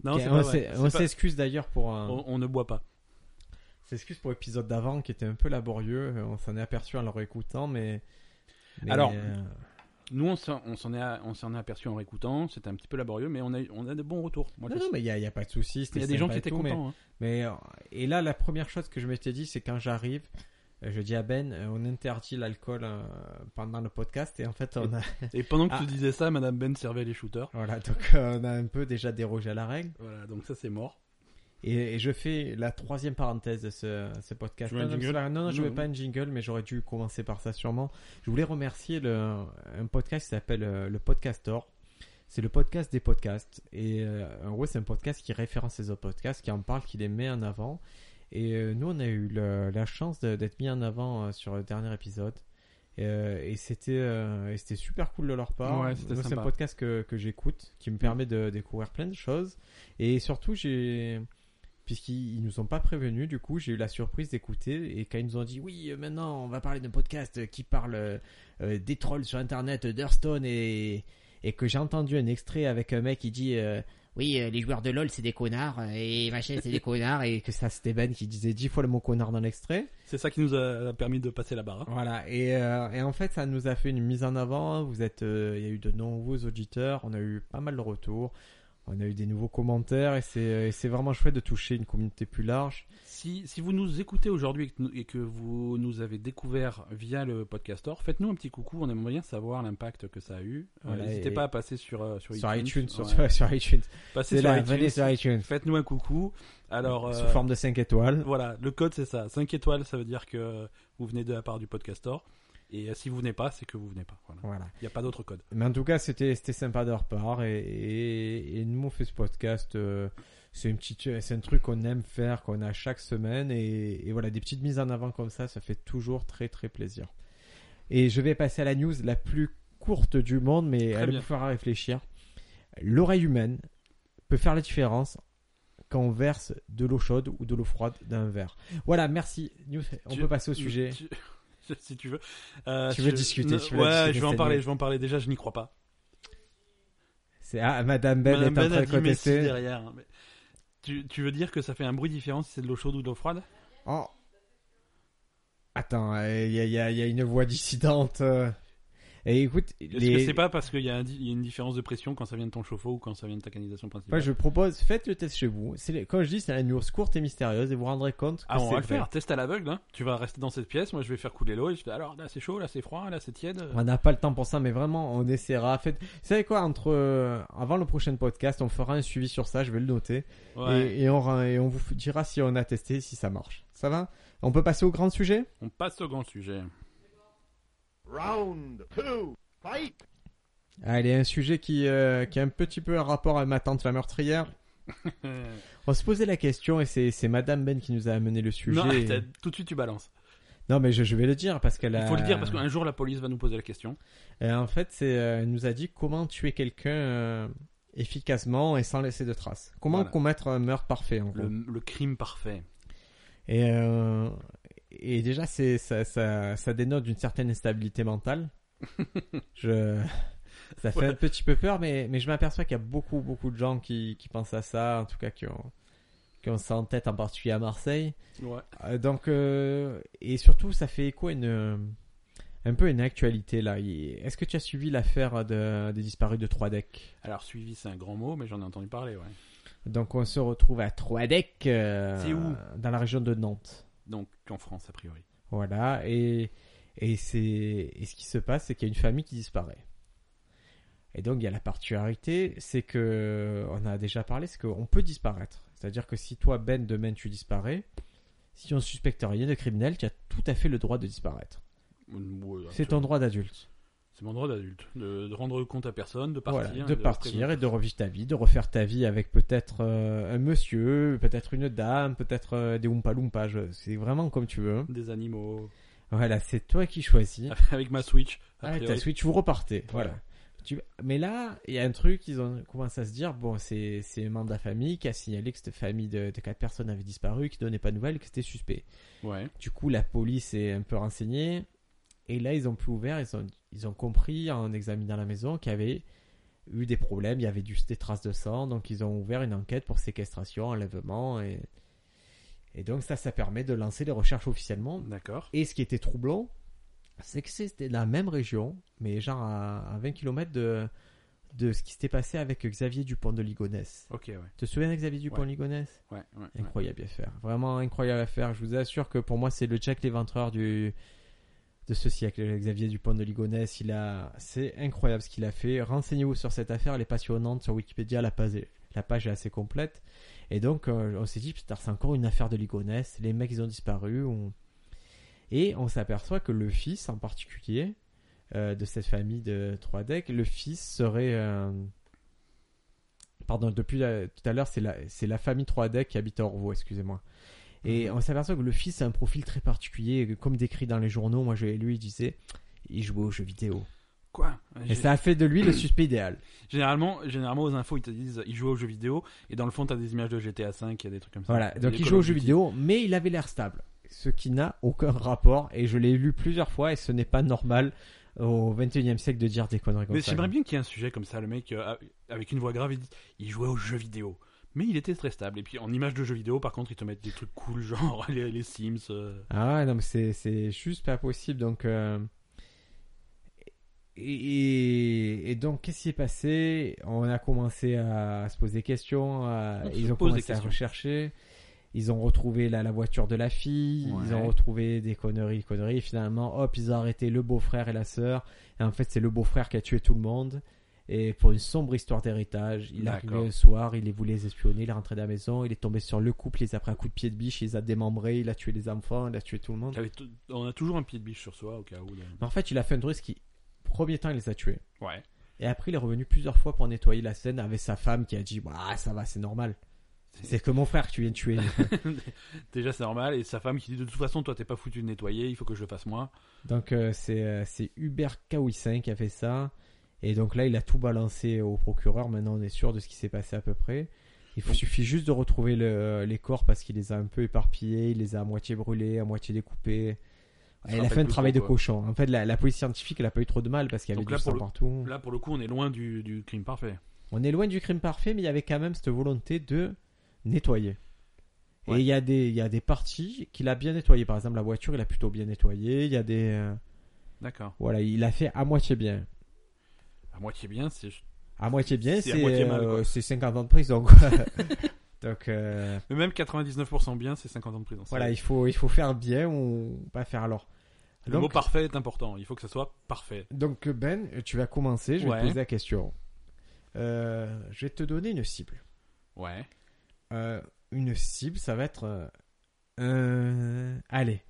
Speaker 1: Non,
Speaker 2: qui
Speaker 1: c'est
Speaker 2: a-
Speaker 1: pas
Speaker 2: on
Speaker 1: vrai.
Speaker 2: s'est-
Speaker 1: C'est
Speaker 2: on
Speaker 1: pas-
Speaker 2: s'excuse d'ailleurs pour un,
Speaker 1: on, on ne boit pas.
Speaker 2: s'excuse pour l'épisode d'avant qui était un peu laborieux, euh, on s'en est aperçu en le réécoutant, mais. mais,
Speaker 1: Alors,
Speaker 2: euh,
Speaker 1: Nous, on s'en on s'en est, on s'en est aperçu en réécoutant. C'était un petit peu laborieux, mais on a, eu- on a de bons retours. Moi,
Speaker 2: non,
Speaker 1: je-
Speaker 2: non, mais il n'y a, il y a pas de souci.
Speaker 1: il
Speaker 2: c'était
Speaker 1: y a des gens
Speaker 2: sympa
Speaker 1: qui
Speaker 2: et
Speaker 1: étaient
Speaker 2: tout, mais-
Speaker 1: contents. hein.
Speaker 2: Mais euh, et là, la première chose que je m'étais dit, c'est quand j'arrive, euh, je dis à Ben, euh, on interdit l'alcool euh, pendant le podcast, et en fait, on a
Speaker 1: Et pendant que
Speaker 2: Ah.
Speaker 1: tu disais ça, Madame Ben servait les shooters.
Speaker 2: voilà, donc euh, on a un peu déjà dérogé à la règle.
Speaker 1: Voilà, donc ça, c'est mort.
Speaker 2: Et, et je fais la troisième parenthèse de ce, ce podcast.
Speaker 1: Tu veux un
Speaker 2: Non, non,
Speaker 1: jingle
Speaker 2: non, non, je
Speaker 1: Non,
Speaker 2: veux
Speaker 1: non.
Speaker 2: pas un jingle, mais j'aurais dû commencer par ça sûrement. Je voulais remercier le, un podcast qui s'appelle euh, le Podcastor. C'est le podcast des podcasts. Et euh, en gros, c'est un podcast qui référence les autres podcasts, qui en parle, qui les met en avant. Et euh, nous, on a eu le- la chance de- d'être mis en avant euh, sur le dernier épisode. Et, euh, et c'était euh, et c'était super cool de leur part.
Speaker 1: Ouais, c'était
Speaker 2: Moi, c'est un
Speaker 1: sympa.
Speaker 2: podcast que, que j'écoute, qui me permet de découvrir plein de choses. Et surtout, j'ai puisqu'ils ils nous ont pas prévenus, du coup, j'ai eu la surprise d'écouter. Et quand ils nous ont dit, oui, euh, maintenant, on va parler d'un podcast qui parle euh, euh, des trolls sur Internet, euh, d'Hearthstone, et, et que j'ai entendu un extrait avec un mec qui dit, euh,
Speaker 4: oui, euh, les joueurs de LoL, c'est des connards, euh, et machin, c'est des connards, et
Speaker 2: que ça c'était Ben qui disait dix fois le mot connard dans l'extrait.
Speaker 1: C'est ça qui nous a permis de passer la barre.
Speaker 2: Voilà, et, euh, et en fait, ça nous a fait une mise en avant. Vous êtes, euh, il y a eu de nombreux auditeurs, on a eu pas mal de retours, on a eu des nouveaux commentaires, et c'est et c'est vraiment chouette de toucher une communauté plus large.
Speaker 1: Si, si vous nous écoutez aujourd'hui et que nous- et que vous nous avez découvert via le podcastor, faites-nous un petit coucou. On aimerait bien savoir l'impact que ça a eu. Euh,
Speaker 2: Voilà,
Speaker 1: N'hésitez
Speaker 2: et-
Speaker 1: pas à passer sur, euh, sur
Speaker 2: Sur iTunes, sur,
Speaker 1: Ouais.
Speaker 2: sur iTunes.
Speaker 1: Passez
Speaker 2: C'est
Speaker 1: sur
Speaker 2: là,
Speaker 1: iTunes.
Speaker 2: venez sur iTunes.
Speaker 1: Faites-nous un coucou. Alors,
Speaker 2: Sous
Speaker 1: euh,
Speaker 2: forme de 5 étoiles.
Speaker 1: voilà, le code c'est ça. 5 étoiles, ça veut dire que vous venez de la part du podcastor. Et euh, si vous venez pas, c'est que vous venez pas. Voilà.
Speaker 2: Voilà.
Speaker 1: Il n'y a pas d'autre code.
Speaker 2: Mais en tout cas, c'était c'était sympa de leur part et, et, et nous on fait ce podcast. euh, c'est une petite, c'est un truc qu'on aime faire, qu'on a chaque semaine et, et voilà des petites mises en avant comme ça, ça fait toujours très très plaisir. Et je vais passer à la news la plus courte du monde, mais elle
Speaker 1: bien.
Speaker 2: vous fera réfléchir. L'oreille humaine peut faire la différence quand on verse de l'eau chaude ou de l'eau froide d'un verre. Voilà, merci. News, on
Speaker 1: Tu-
Speaker 2: peut passer au sujet.
Speaker 1: Tu- si tu veux. Euh, si
Speaker 2: Tu veux
Speaker 1: je-
Speaker 2: discuter, tu veux
Speaker 1: ouais,
Speaker 2: discuter
Speaker 1: je vais en
Speaker 2: cette
Speaker 1: parler.
Speaker 2: nuit.
Speaker 1: Je vais en parler. Déjà, je n'y crois pas.
Speaker 2: C'est ah, Madame Ben
Speaker 1: Madame
Speaker 2: est en train
Speaker 1: a
Speaker 2: de
Speaker 1: dit mais si
Speaker 2: contester.
Speaker 1: derrière. hein, mais- Tu, tu veux dire que ça fait un bruit différent si c'est de l'eau chaude ou de l'eau froide
Speaker 2: Oh. Attends, il y, a- y a y a une voix dissidente. euh. Et écoute,
Speaker 1: Est-ce
Speaker 2: les-
Speaker 1: que c'est pas parce qu'il y, a un di- il y a une différence de pression quand ça vient de ton chauffe-eau ou quand ça vient de ta canalisation
Speaker 2: moi
Speaker 1: principale
Speaker 2: je propose, faites le test chez vous. C'est les- Comme je dis, c'est la news courte et mystérieuse et vous vous rendrez compte que
Speaker 1: Ah, on
Speaker 2: c'est
Speaker 1: va le
Speaker 2: vrai.
Speaker 1: faire. Test à l'aveugle. hein. Tu vas rester dans cette pièce. Moi, je vais faire couler l'eau. Et je dis alors là, c'est chaud, là, c'est froid, là, c'est tiède.
Speaker 2: On n'a pas le temps pour ça, mais vraiment, on essaiera. Faites... Vous savez quoi, entre euh, avant le prochain podcast, on fera un suivi sur ça. Je vais le noter
Speaker 1: Ouais.
Speaker 2: et, et on ra- et on vous dira si on a testé, si ça marche. Ça va On peut passer au grand sujet
Speaker 1: On passe au grand sujet.
Speaker 5: Round two, fight!
Speaker 2: Allez, un sujet qui, euh, qui a un petit peu un rapport à ma tante la meurtrière. On se posait la question et c'est c'est Madame Ben qui nous a amené le sujet.
Speaker 1: Non,
Speaker 2: Et-
Speaker 1: t'as- tout de suite, tu balances.
Speaker 2: Non, mais je, je vais le dire parce qu'elle a.
Speaker 1: Il faut le dire parce qu'un jour, la police va nous poser la question.
Speaker 2: Et en fait, c'est, euh, elle nous a dit comment tuer quelqu'un euh, efficacement et sans laisser de traces. Comment
Speaker 1: Voilà.
Speaker 2: commettre un meurtre parfait. En
Speaker 1: Le,
Speaker 2: gros.
Speaker 1: le crime parfait.
Speaker 2: Et euh, et déjà, c'est ça, ça ça dénote d'une certaine instabilité mentale. je ça fait
Speaker 1: Ouais.
Speaker 2: un petit peu peur, mais mais je m'aperçois qu'il y a beaucoup beaucoup de gens qui qui pensent à ça, en tout cas qui ont qui ont ça en tête, en particulier à Marseille.
Speaker 1: Ouais.
Speaker 2: Euh, donc euh, et surtout ça fait écho à une euh, un peu une actualité là. Il- Est-ce que tu as suivi l'affaire de- des disparus de Troadec
Speaker 1: Alors, suivi, c'est un grand mot, mais j'en ai entendu parler, ouais.
Speaker 2: Donc on se retrouve à Troadec, euh,
Speaker 1: C'est où
Speaker 2: dans la région de Nantes.
Speaker 1: Donc, en France, a priori.
Speaker 2: Voilà et et c'est et ce qui se passe c'est qu'il y a une famille qui disparaît. Et donc il y a la particularité, c'est que on a déjà parlé, c'est qu'on peut disparaître. C'est-à-dire que si toi Ben demain tu disparais, si on suspecte rien de criminel, tu as tout à fait le droit de disparaître.
Speaker 1: Ouais,
Speaker 2: C'est ton droit d'adulte.
Speaker 1: euh, C'est mon droit d'adulte, de, de rendre compte à personne, de partir.
Speaker 2: Voilà,
Speaker 1: et
Speaker 2: de partir et de revivre ta vie, de refaire ta vie avec peut-être euh, un monsieur, peut-être une dame, peut-être euh, des Oompa Loompa. je- C'est vraiment comme tu veux.
Speaker 1: Des animaux.
Speaker 2: Voilà, c'est toi qui choisis.
Speaker 1: Avec ma Switch. a
Speaker 2: Avec ta
Speaker 1: priori.
Speaker 2: Ah, Switch, vous repartez. Voilà.
Speaker 1: Voilà.
Speaker 2: Tu- Mais là, il y a un truc, ils ont commencé à se dire, bon, c'est c'est un membre de la famille qui a signalé que cette famille de, de quatre personnes avait disparu, qui donnait pas de nouvelles, que c'était suspect.
Speaker 1: Ouais.
Speaker 2: Du coup, la police est un peu renseignée. Et là, ils ont plus ouvert. Ils ont, ils ont compris en examinant la maison qu'il y avait eu des problèmes. Il y avait du, des traces de sang. Donc, ils ont ouvert une enquête pour séquestration, enlèvement. Et, et donc, ça, ça permet de lancer les recherches officiellement.
Speaker 1: D'accord.
Speaker 2: Et ce qui était troublant, c'est que c'était la même région, mais genre à, à 20 km de, de ce qui s'était passé avec Xavier Dupont de Ligonnès.
Speaker 1: Ok, ouais.
Speaker 2: Tu te souviens de Xavier Dupont de Ligonnès
Speaker 1: Ouais, ouais, ouais.
Speaker 2: Incroyable à faire. Vraiment incroyable à faire. Je vous assure que pour moi, c'est le Jack l'éventreur du de ce siècle. Xavier Dupont de Ligonnès, il a, c'est incroyable ce qu'il a fait. Renseignez-vous sur cette affaire, elle est passionnante. Sur Wikipédia, la page, est- la page est assez complète. Et donc, euh, on s'est dit, putain, c'est encore une affaire de Ligonnès. Les mecs, ils ont disparu. on- Et on s'aperçoit que le fils, en particulier, euh, de cette famille de trois decks, le fils serait euh, Pardon, depuis la- tout à l'heure, c'est la, c'est la famille 3D qui habite à Orvaux, excusez-moi. Et
Speaker 1: Mhm.
Speaker 2: on s'aperçoit que le fils a un profil très particulier, et que comme décrit dans les journaux, moi je lui il disait, il jouait aux jeux vidéo.
Speaker 1: Quoi
Speaker 2: Et
Speaker 1: Gé-
Speaker 2: ça a fait de lui le suspect idéal.
Speaker 1: généralement, généralement, aux infos, ils te disent ils jouent aux jeux vidéo, et dans le fond, t'as des images de GTA V, il y a des trucs comme ça.
Speaker 2: Voilà,
Speaker 1: Des
Speaker 2: donc il
Speaker 1: Call
Speaker 2: joue aux
Speaker 1: of
Speaker 2: jeux
Speaker 1: Duty.
Speaker 2: vidéo, mais il avait l'air stable. Ce qui n'a aucun rapport, et je l'ai lu plusieurs fois, et ce n'est pas normal au 21 e siècle de dire des conneries comme
Speaker 1: Mais
Speaker 2: ça.
Speaker 1: j'aimerais bien qu'il y ait un sujet comme ça. Le mec, euh, avec une voix grave, il, dit- il jouait aux jeux vidéo. Mais il était très stable. Et puis en image de jeux vidéo, par contre, ils te mettent des trucs cool, genre les, les Sims. euh.
Speaker 2: Ah ouais, non, mais c'est, c'est juste pas possible. Donc, euh, et, et donc, qu'est-ce qui s'est passé On a commencé à se poser des questions. à-
Speaker 1: On se
Speaker 2: ils ont
Speaker 1: pose des
Speaker 2: commencé à
Speaker 1: questions.
Speaker 2: rechercher. Ils ont retrouvé la, la voiture de la fille.
Speaker 1: Ouais.
Speaker 2: Ils ont retrouvé des conneries, conneries. Finalement, hop, ils ont arrêté le beau-frère et la sœur. Et en fait, c'est le beau-frère qui a tué tout le monde. Et pour une sombre histoire d'héritage, il est arrivé
Speaker 1: D'accord.
Speaker 2: le soir, il les voulait les espionner, il est rentré à la maison, il est tombé sur le couple, il les a pris un coup de pied de biche, il les a démembrés, il a tué les enfants, il a tué tout le monde.
Speaker 1: T'avais tout- On a toujours un pied de biche sur soi au cas où. là.
Speaker 2: Mais en fait, il a fait un truc qui, premier temps, il les a tués.
Speaker 1: Ouais.
Speaker 2: Et après, il est revenu plusieurs fois pour nettoyer la scène avec sa femme qui a dit Bah, ça va, c'est normal. C'est que mon frère que tu viens de tuer.
Speaker 1: Déjà, c'est normal. Et sa femme qui dit de toute façon, toi, t'es pas foutu de nettoyer, il faut que je le fasse moi.
Speaker 2: donc, euh, c'est euh, c'est Hubert Kawissin qui a fait ça. Et donc là, il a tout balancé au procureur. Maintenant, on est sûr de ce qui s'est passé à peu près. Il faut- suffit juste de retrouver le- euh, les corps parce qu'il les a un peu éparpillés, il les a à moitié brûlés, à moitié découpés.
Speaker 1: Ça
Speaker 2: Elle a
Speaker 1: rappelle
Speaker 2: fait un
Speaker 1: plus
Speaker 2: travail
Speaker 1: trop,
Speaker 2: de
Speaker 1: quoi.
Speaker 2: cochon. En fait, la, la police scientifique, elle a pas eu trop de mal parce qu'il y avait
Speaker 1: Donc
Speaker 2: du
Speaker 1: là, pour
Speaker 2: sang
Speaker 1: le-
Speaker 2: partout.
Speaker 1: Là, pour le coup, on est loin du, du crime parfait.
Speaker 2: On est loin du crime parfait, mais il y avait quand même cette volonté de nettoyer.
Speaker 1: Ouais.
Speaker 2: Et il y, a des, il y a des parties qu'il a bien nettoyées. Par exemple, la voiture, il a plutôt bien nettoyé. Il y a des. euh,
Speaker 1: D'accord.
Speaker 2: voilà, il a fait à moitié bien.
Speaker 1: À moitié bien, c'est.
Speaker 2: À moitié bien,
Speaker 1: C'est
Speaker 2: c'est
Speaker 1: à moitié mal,
Speaker 2: euh,
Speaker 1: quoi.
Speaker 2: c'est 50 ans de prison. quoi. Donc euh,
Speaker 1: Mais même 99% bien, c'est 50 ans de prison.
Speaker 2: voilà,
Speaker 1: C'est-
Speaker 2: il faut, il faut faire bien ou pas faire alors.
Speaker 1: Le
Speaker 2: Donc-
Speaker 1: mot parfait est important. Il faut que ça soit parfait.
Speaker 2: Donc Ben, tu vas commencer. Je vais
Speaker 1: Ouais.
Speaker 2: te poser la question. Euh, je vais te donner une cible.
Speaker 1: Ouais.
Speaker 2: Euh, une cible, ça va être. euh, euh, allez.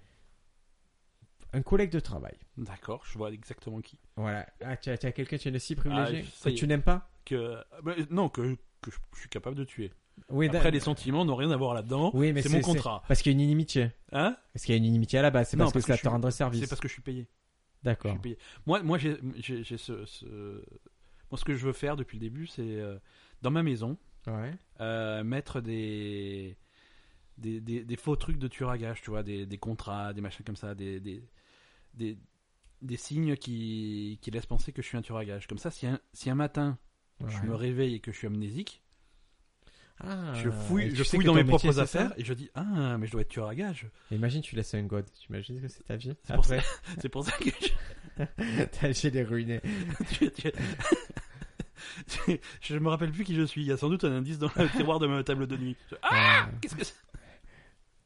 Speaker 2: Un collègue de travail.
Speaker 1: D'accord, je vois exactement qui.
Speaker 2: Voilà. Ah, tu as, tu as quelqu'un, tu as une cible privilégiée
Speaker 1: Ah, ça
Speaker 2: que
Speaker 1: y
Speaker 2: tu
Speaker 1: est.
Speaker 2: n'aimes pas
Speaker 1: Que... bah, non, que, que je je suis capable de tuer.
Speaker 2: Oui,
Speaker 1: Après,
Speaker 2: d'accord.
Speaker 1: les sentiments n'ont rien à voir là-dedans.
Speaker 2: Oui, mais
Speaker 1: c'est mon contrat.
Speaker 2: Parce qu'il y a une inimitié.
Speaker 1: Hein
Speaker 2: Parce qu'il y a une inimitié à la base. C'est
Speaker 1: Non,
Speaker 2: parce,
Speaker 1: parce
Speaker 2: que,
Speaker 1: que
Speaker 2: ça
Speaker 1: je
Speaker 2: te
Speaker 1: suis-
Speaker 2: rendrait service.
Speaker 1: C'est parce que je suis payé. Je
Speaker 2: D'accord.
Speaker 1: suis payé. Moi, moi j'ai j'ai- j'ai ce, ce- Moi, ce que je veux faire depuis le début, c'est euh, dans ma maison
Speaker 2: Ouais.
Speaker 1: euh, mettre des... Des, des- des faux trucs de tueur à gage, tu vois, des, des contrats, des machins comme ça, des, des, des, des signes qui, qui laissent penser que je suis un tueur à gage. Comme ça, si un, si un matin je
Speaker 2: Ouais.
Speaker 1: me réveille et que je suis amnésique,
Speaker 2: Ah,
Speaker 1: je
Speaker 2: et
Speaker 1: fouille,
Speaker 2: tu
Speaker 1: je
Speaker 2: sais
Speaker 1: fouille
Speaker 2: que
Speaker 1: dans
Speaker 2: ton
Speaker 1: mes
Speaker 2: métier,
Speaker 1: propres
Speaker 2: c'est ça
Speaker 1: affaires et je dis Ah, mais je dois être tueur à gage.
Speaker 2: Imagine, tu laisses un god. Tu imagines que c'est ta vie
Speaker 1: C'est pour
Speaker 2: Après,
Speaker 1: C'est pour ça que je-
Speaker 2: ta vie, elle est ruinée.
Speaker 1: Tu- tu- Je- je me rappelle plus qui je suis. Il y a sans doute un indice dans le tiroir de ma table de nuit. Je- Ah,
Speaker 2: Euh,
Speaker 1: qu'est-ce que c'est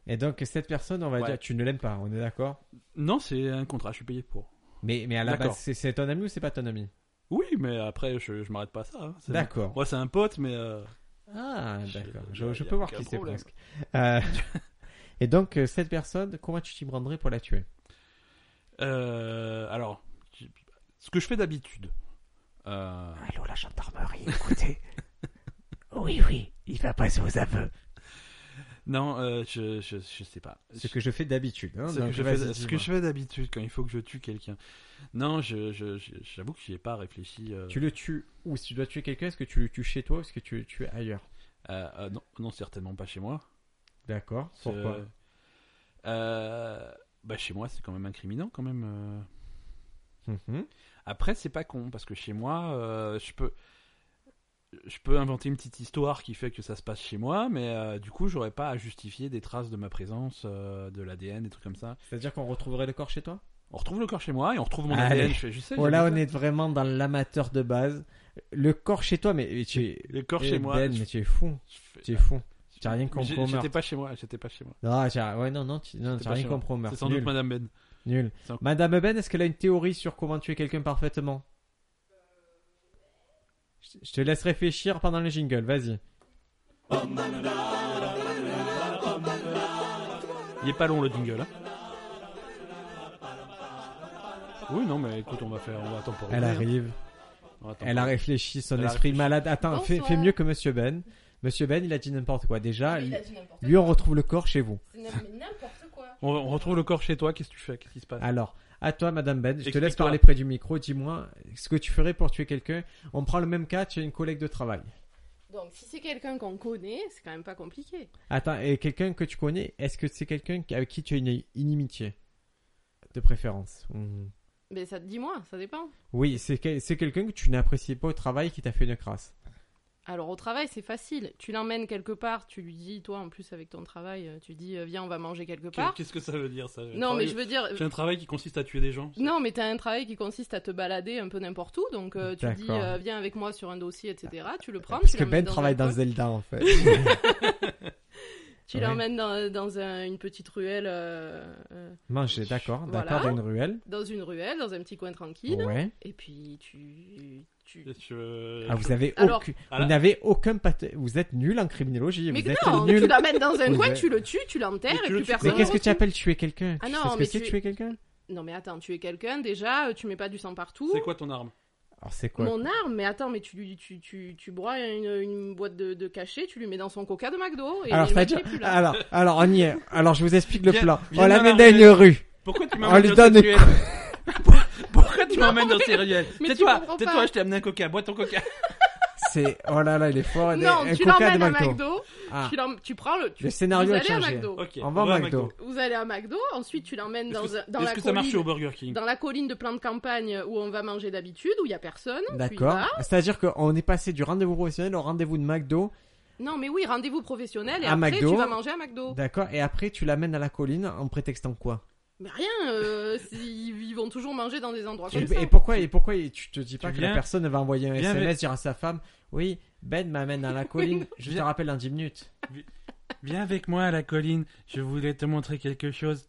Speaker 2: Et donc, cette personne, on va
Speaker 1: Ouais.
Speaker 2: dire, tu ne l'aimes pas, on est d'accord
Speaker 1: Non, c'est un contrat. Je suis payé pour.
Speaker 2: mais, mais à la
Speaker 1: D'accord.
Speaker 2: base, c'est- c'est ton ami ou c'est pas ton ami
Speaker 1: Oui, mais après, je, je m'arrête pas à ça. hein. C'est-
Speaker 2: D'accord.
Speaker 1: Moi, c'est un pote, mais euh,
Speaker 2: Ah,
Speaker 1: Je-
Speaker 2: d'accord.
Speaker 1: il y
Speaker 2: Je,
Speaker 1: a-
Speaker 2: je
Speaker 1: il y a
Speaker 2: peux voir
Speaker 1: aucun
Speaker 2: qui c'est
Speaker 1: problème.
Speaker 2: presque. Euh, et donc, euh, cette personne, comment tu t'y prendrais pour la tuer
Speaker 1: euh, alors, je- ce que je fais d'habitude. euh,
Speaker 4: Ah, Allô, la gendarmerie, écoutez. oui, oui, il va passer aux aveux.
Speaker 1: Non, euh, je, je je sais pas.
Speaker 2: Ce que je fais d'habitude. hein,
Speaker 1: Ce
Speaker 2: donc
Speaker 1: que je
Speaker 2: vas-y,
Speaker 1: fais- ce que
Speaker 2: dis-moi.
Speaker 1: je fais d'habitude quand il faut que je tue quelqu'un. Non, je je- je- j'avoue que j'y ai pas réfléchi. euh,
Speaker 2: Tu le tues ou si tu dois tuer quelqu'un, est-ce que tu le tues chez toi ou est-ce que tu le tues ailleurs
Speaker 1: euh, euh, non, non, certainement pas chez moi.
Speaker 2: D'accord.
Speaker 1: C'est,
Speaker 2: Pourquoi
Speaker 1: euh, euh, bah chez moi c'est quand même incriminant quand même. euh.
Speaker 2: Mhm.
Speaker 1: Après c'est pas con parce que chez moi euh, je peux je peux inventer une petite histoire qui fait que ça se passe chez moi mais euh, du coup j'aurais pas à justifier des traces de ma présence euh, de l'ADN des trucs comme ça.
Speaker 2: C'est-à-dire qu'on retrouverait le corps chez toi
Speaker 1: On retrouve le corps chez moi et on retrouve mon
Speaker 2: Allez.
Speaker 1: ADN chez je sais.
Speaker 2: Oh
Speaker 1: j'ai
Speaker 2: là,
Speaker 1: dit
Speaker 2: on est vraiment dans l'amateur de base. Le corps chez toi, mais mais tu es.
Speaker 1: ça. le corps
Speaker 2: Eh,
Speaker 1: chez moi.
Speaker 2: Ben,
Speaker 1: je-
Speaker 2: mais tu es fou.
Speaker 1: je fais-
Speaker 2: Tu es fou.
Speaker 1: je-
Speaker 2: tu as rien
Speaker 1: mais j'ai-
Speaker 2: compris au meurtre.
Speaker 1: J'étais pas chez moi, j'étais pas chez moi.
Speaker 2: Non, tu as- ouais, non, non, tu n'as
Speaker 1: C'était pas
Speaker 2: rien
Speaker 1: chez moi.
Speaker 2: compris au
Speaker 1: C'est
Speaker 2: meurtre.
Speaker 1: sans
Speaker 2: Nul,
Speaker 1: doute madame Ben.
Speaker 2: nul.
Speaker 1: C'est un-
Speaker 2: Madame Ben, est-ce qu'elle a une théorie sur comment tuer quelqu'un parfaitement Je je te laisse réfléchir pendant le jingle, vas-y.
Speaker 1: Il est pas long le jingle. hein. Oui, non, mais écoute, on va faire, on va attendre pour
Speaker 2: Elle
Speaker 1: ouvrir.
Speaker 2: arrive,
Speaker 1: On va attendre
Speaker 2: elle
Speaker 1: pour-
Speaker 2: a réfléchi, son
Speaker 1: Elle a
Speaker 2: esprit
Speaker 1: réfléchi.
Speaker 2: malade. Attends, fais,
Speaker 5: Bonsoir.
Speaker 2: fais mieux que Monsieur Ben. Monsieur Ben, il a dit n'importe quoi. Déjà,
Speaker 5: Oui, il
Speaker 2: lui,
Speaker 5: a dit n'importe
Speaker 2: lui, on
Speaker 5: quoi.
Speaker 2: retrouve le corps chez vous.
Speaker 5: C'est n'im- mais n'importe quoi.
Speaker 1: On, on retrouve le corps chez toi, qu'est-ce que tu fais Qu'est-ce qui se passe
Speaker 2: Alors, à toi, Madame Ben, je te
Speaker 1: Explique-toi.
Speaker 2: laisse parler près du micro. Dis-moi ce que tu ferais pour tuer quelqu'un. On prend le même cas, tu as une collègue de travail.
Speaker 5: Donc, si c'est quelqu'un qu'on connaît, c'est quand même pas compliqué.
Speaker 2: Attends, et quelqu'un que tu connais, est-ce que c'est quelqu'un qui- avec qui tu as une inimitié De préférence. Mhm.
Speaker 5: Mais ça, dis-moi, ça dépend.
Speaker 2: Oui, c'est quel- c'est quelqu'un que tu n'appréciais pas au travail qui t'a fait une crasse.
Speaker 5: Alors au travail, c'est facile. Tu l'emmènes quelque part, tu lui dis, toi en plus avec ton travail, euh, tu dis, euh, viens, on va manger quelque part.
Speaker 1: Qu'est-ce que ça veut dire ça
Speaker 5: Non, mais je veux dire,
Speaker 1: J'ai un travail qui consiste à tuer des gens.
Speaker 5: Non, mais t'as un travail qui consiste à te balader un peu n'importe où, donc euh, tu dis
Speaker 2: D'accord.
Speaker 5: euh, viens avec moi sur un dossier, etc. Tu le prends,
Speaker 2: Parce
Speaker 5: tu
Speaker 2: que
Speaker 5: l'emmènes
Speaker 2: Ben travaille
Speaker 5: un
Speaker 2: dans
Speaker 5: coin,
Speaker 2: Zelda en fait.
Speaker 5: tu
Speaker 2: Ouais.
Speaker 5: l'emmènes dans, dans un- une petite ruelle, euh, euh,
Speaker 2: Manger, d'accord,
Speaker 5: Voilà.
Speaker 2: d'accord, dans une ruelle.
Speaker 5: dans une ruelle, dans un petit coin tranquille,
Speaker 2: Ouais.
Speaker 5: et puis tu, tu...
Speaker 1: Je-
Speaker 2: Ah, vous avez
Speaker 5: Alors-
Speaker 2: aucun,
Speaker 1: Ah là-
Speaker 2: vous n'avez aucun pat- vous êtes nul en criminologie,
Speaker 5: mais
Speaker 2: vous êtes
Speaker 5: non, tu
Speaker 2: nul.
Speaker 5: l'emmènes dans un
Speaker 2: Vous
Speaker 5: coin,
Speaker 2: êtes-
Speaker 5: tu le tues, tu l'enterres,
Speaker 1: Mais
Speaker 5: et
Speaker 1: tu le
Speaker 5: plus
Speaker 1: tues.
Speaker 5: personne.
Speaker 2: Mais
Speaker 5: le
Speaker 2: qu'est-ce que
Speaker 5: retue.
Speaker 2: tu appelles tuer quelqu'un
Speaker 5: Ah
Speaker 2: Tu
Speaker 5: non,
Speaker 2: sais ce que
Speaker 5: mais
Speaker 2: c'est
Speaker 5: tu-
Speaker 2: tuer quelqu'un
Speaker 5: Non, mais attends, tu es quelqu'un déjà, euh, tu mets pas du sang partout.
Speaker 1: C'est quoi ton arme
Speaker 2: Alors c'est quoi
Speaker 5: Mon arme, mais attends, mais tu lui- tu tu tu broies une, une boîte de, de cachet, tu lui mets dans son coca de McDo. Et
Speaker 2: Alors,
Speaker 5: le mec,
Speaker 2: c'est-à-dire-
Speaker 5: il est plus là.
Speaker 2: alors, alors, on y est. Alors, je vous explique le
Speaker 1: Viens-
Speaker 2: plan. Oh,
Speaker 1: viens
Speaker 2: On l'amène
Speaker 1: dans la
Speaker 2: dans une rue.
Speaker 1: Pourquoi tu
Speaker 2: On
Speaker 1: m'emmènes
Speaker 2: lui
Speaker 1: dans
Speaker 2: donne
Speaker 1: cette
Speaker 2: le
Speaker 1: ruelle Pourquoi tu m'emmènes dans ces ruelles
Speaker 5: mais tu
Speaker 1: Tais-toi,
Speaker 5: comprends pas.
Speaker 1: tais-toi, je t'ai amené un coca, bois ton coca.
Speaker 2: C'est, oh là là, il est fort. des-
Speaker 5: Non,
Speaker 2: un
Speaker 5: tu
Speaker 2: coca de
Speaker 5: l'emmènes à
Speaker 2: McDo.
Speaker 5: McDo.
Speaker 2: Ah,
Speaker 5: Tu, l'em- tu prends le. Tu,
Speaker 2: le scénario
Speaker 5: vous
Speaker 2: a
Speaker 5: allez à
Speaker 2: changé.
Speaker 5: McDo.
Speaker 1: Ok,
Speaker 2: On va au
Speaker 1: à
Speaker 2: McDo.
Speaker 5: Vous allez à McDo. Ensuite, tu l'emmènes dans,
Speaker 1: Est-ce
Speaker 5: un- dans
Speaker 1: Est-ce
Speaker 5: la
Speaker 1: que ça marche
Speaker 5: colline.
Speaker 1: au Burger King
Speaker 5: Dans la colline de plan de campagne où on va manger d'habitude, où il y a personne. tu y
Speaker 2: D'accord.
Speaker 5: vas.
Speaker 2: C'est-à-dire qu'on est passé du rendez-vous professionnel au rendez-vous de McDo.
Speaker 5: Non, mais oui, rendez-vous professionnel et
Speaker 2: À
Speaker 5: après
Speaker 2: McDo.
Speaker 5: tu vas manger à McDo.
Speaker 2: D'accord. Et après, tu l'amènes à la colline en prétextant quoi
Speaker 5: Mais rien, euh, si- ils vont toujours manger dans des endroits
Speaker 2: et,
Speaker 5: comme ça.
Speaker 2: et pourquoi Et pourquoi tu te dis pas
Speaker 1: Tu
Speaker 2: que
Speaker 1: viens-
Speaker 2: la personne va envoyer un
Speaker 1: viens
Speaker 2: SMS
Speaker 1: avec-
Speaker 2: dire à sa femme Oui, Ben m'amène à la colline. je te
Speaker 1: Viens-
Speaker 2: rappelle dans 10 minutes.
Speaker 1: Viens avec moi à la colline, je voulais te montrer quelque chose.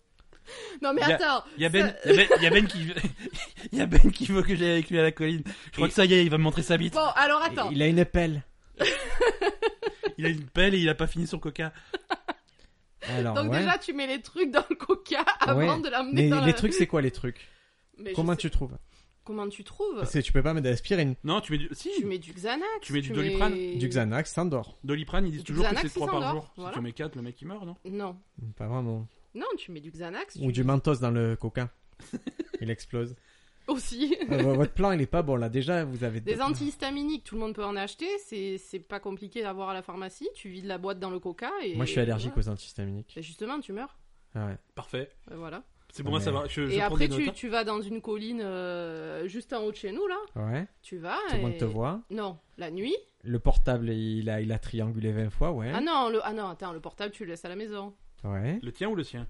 Speaker 5: Non, mais
Speaker 1: Y a-
Speaker 5: attends.
Speaker 1: Il y a
Speaker 5: ça-
Speaker 1: Ben, il y a Ben- il y a Ben qui veut... il y a Ben qui veut que j'aille avec lui à la colline. Je crois
Speaker 2: Et-
Speaker 1: que ça y est, il va me montrer sa bite.
Speaker 5: Bon, alors
Speaker 2: Et
Speaker 5: attends.
Speaker 2: il a une pelle.
Speaker 1: Il a une pelle et il a pas fini son coca.
Speaker 2: Alors,
Speaker 5: Donc
Speaker 2: ouais.
Speaker 5: déjà, tu mets les trucs dans le coca avant
Speaker 2: Ouais.
Speaker 5: de l'emmener
Speaker 2: Mais
Speaker 5: dans
Speaker 2: les
Speaker 5: la...
Speaker 2: trucs, c'est quoi les trucs
Speaker 5: Mais je
Speaker 2: Comment
Speaker 5: sais-
Speaker 2: tu trouves
Speaker 5: Comment tu trouves
Speaker 2: Parce que tu peux pas mettre d'aspirine.
Speaker 1: Non, tu mets du... Si,
Speaker 5: Tu mets du Xanax.
Speaker 1: Tu mets du Doliprane
Speaker 2: Du Xanax, ça endort.
Speaker 1: Doliprane, ils disent
Speaker 5: Du
Speaker 1: toujours que
Speaker 5: Xanax,
Speaker 1: c'est
Speaker 5: ils
Speaker 1: 3 par
Speaker 5: s'endorment,
Speaker 1: jour. Si
Speaker 5: voilà.
Speaker 1: tu en mets 4, le mec il meurt, non
Speaker 5: Non.
Speaker 2: Pas vraiment.
Speaker 5: Non, tu mets du Xanax.
Speaker 2: Ou
Speaker 5: tu-
Speaker 2: du mentos dans le coca. Il explose.
Speaker 5: Aussi.
Speaker 2: Euh, vo- Votre plan, il est pas bon là. Déjà, vous avez
Speaker 5: Des antihistaminiques, tout le monde peut en acheter, c'est c'est pas compliqué à voir à la pharmacie, tu vides la boîte dans le coca et...
Speaker 2: Moi, je suis allergique
Speaker 5: voilà.
Speaker 2: aux antihistaminiques.
Speaker 5: Bah, justement, tu meurs.
Speaker 2: Ah ouais.
Speaker 1: Parfait.
Speaker 5: Euh, Voilà.
Speaker 1: C'est bon à
Speaker 2: Ouais.
Speaker 1: savoir. Je, je
Speaker 5: et
Speaker 1: prends
Speaker 5: après,
Speaker 1: des
Speaker 5: tu,
Speaker 2: hein.
Speaker 1: notes.
Speaker 5: tu vas dans une colline euh, juste en haut de chez nous, là.
Speaker 2: Ouais.
Speaker 5: Tu vas.
Speaker 2: Tout le
Speaker 5: et-
Speaker 2: monde te voit.
Speaker 5: Non, la nuit.
Speaker 2: Le portable, il a, il a triangulé 20 fois, ouais.
Speaker 5: Ah non, le... ah non, attends, le portable, tu le laisses à la maison.
Speaker 2: Ouais.
Speaker 1: Le tien ou le sien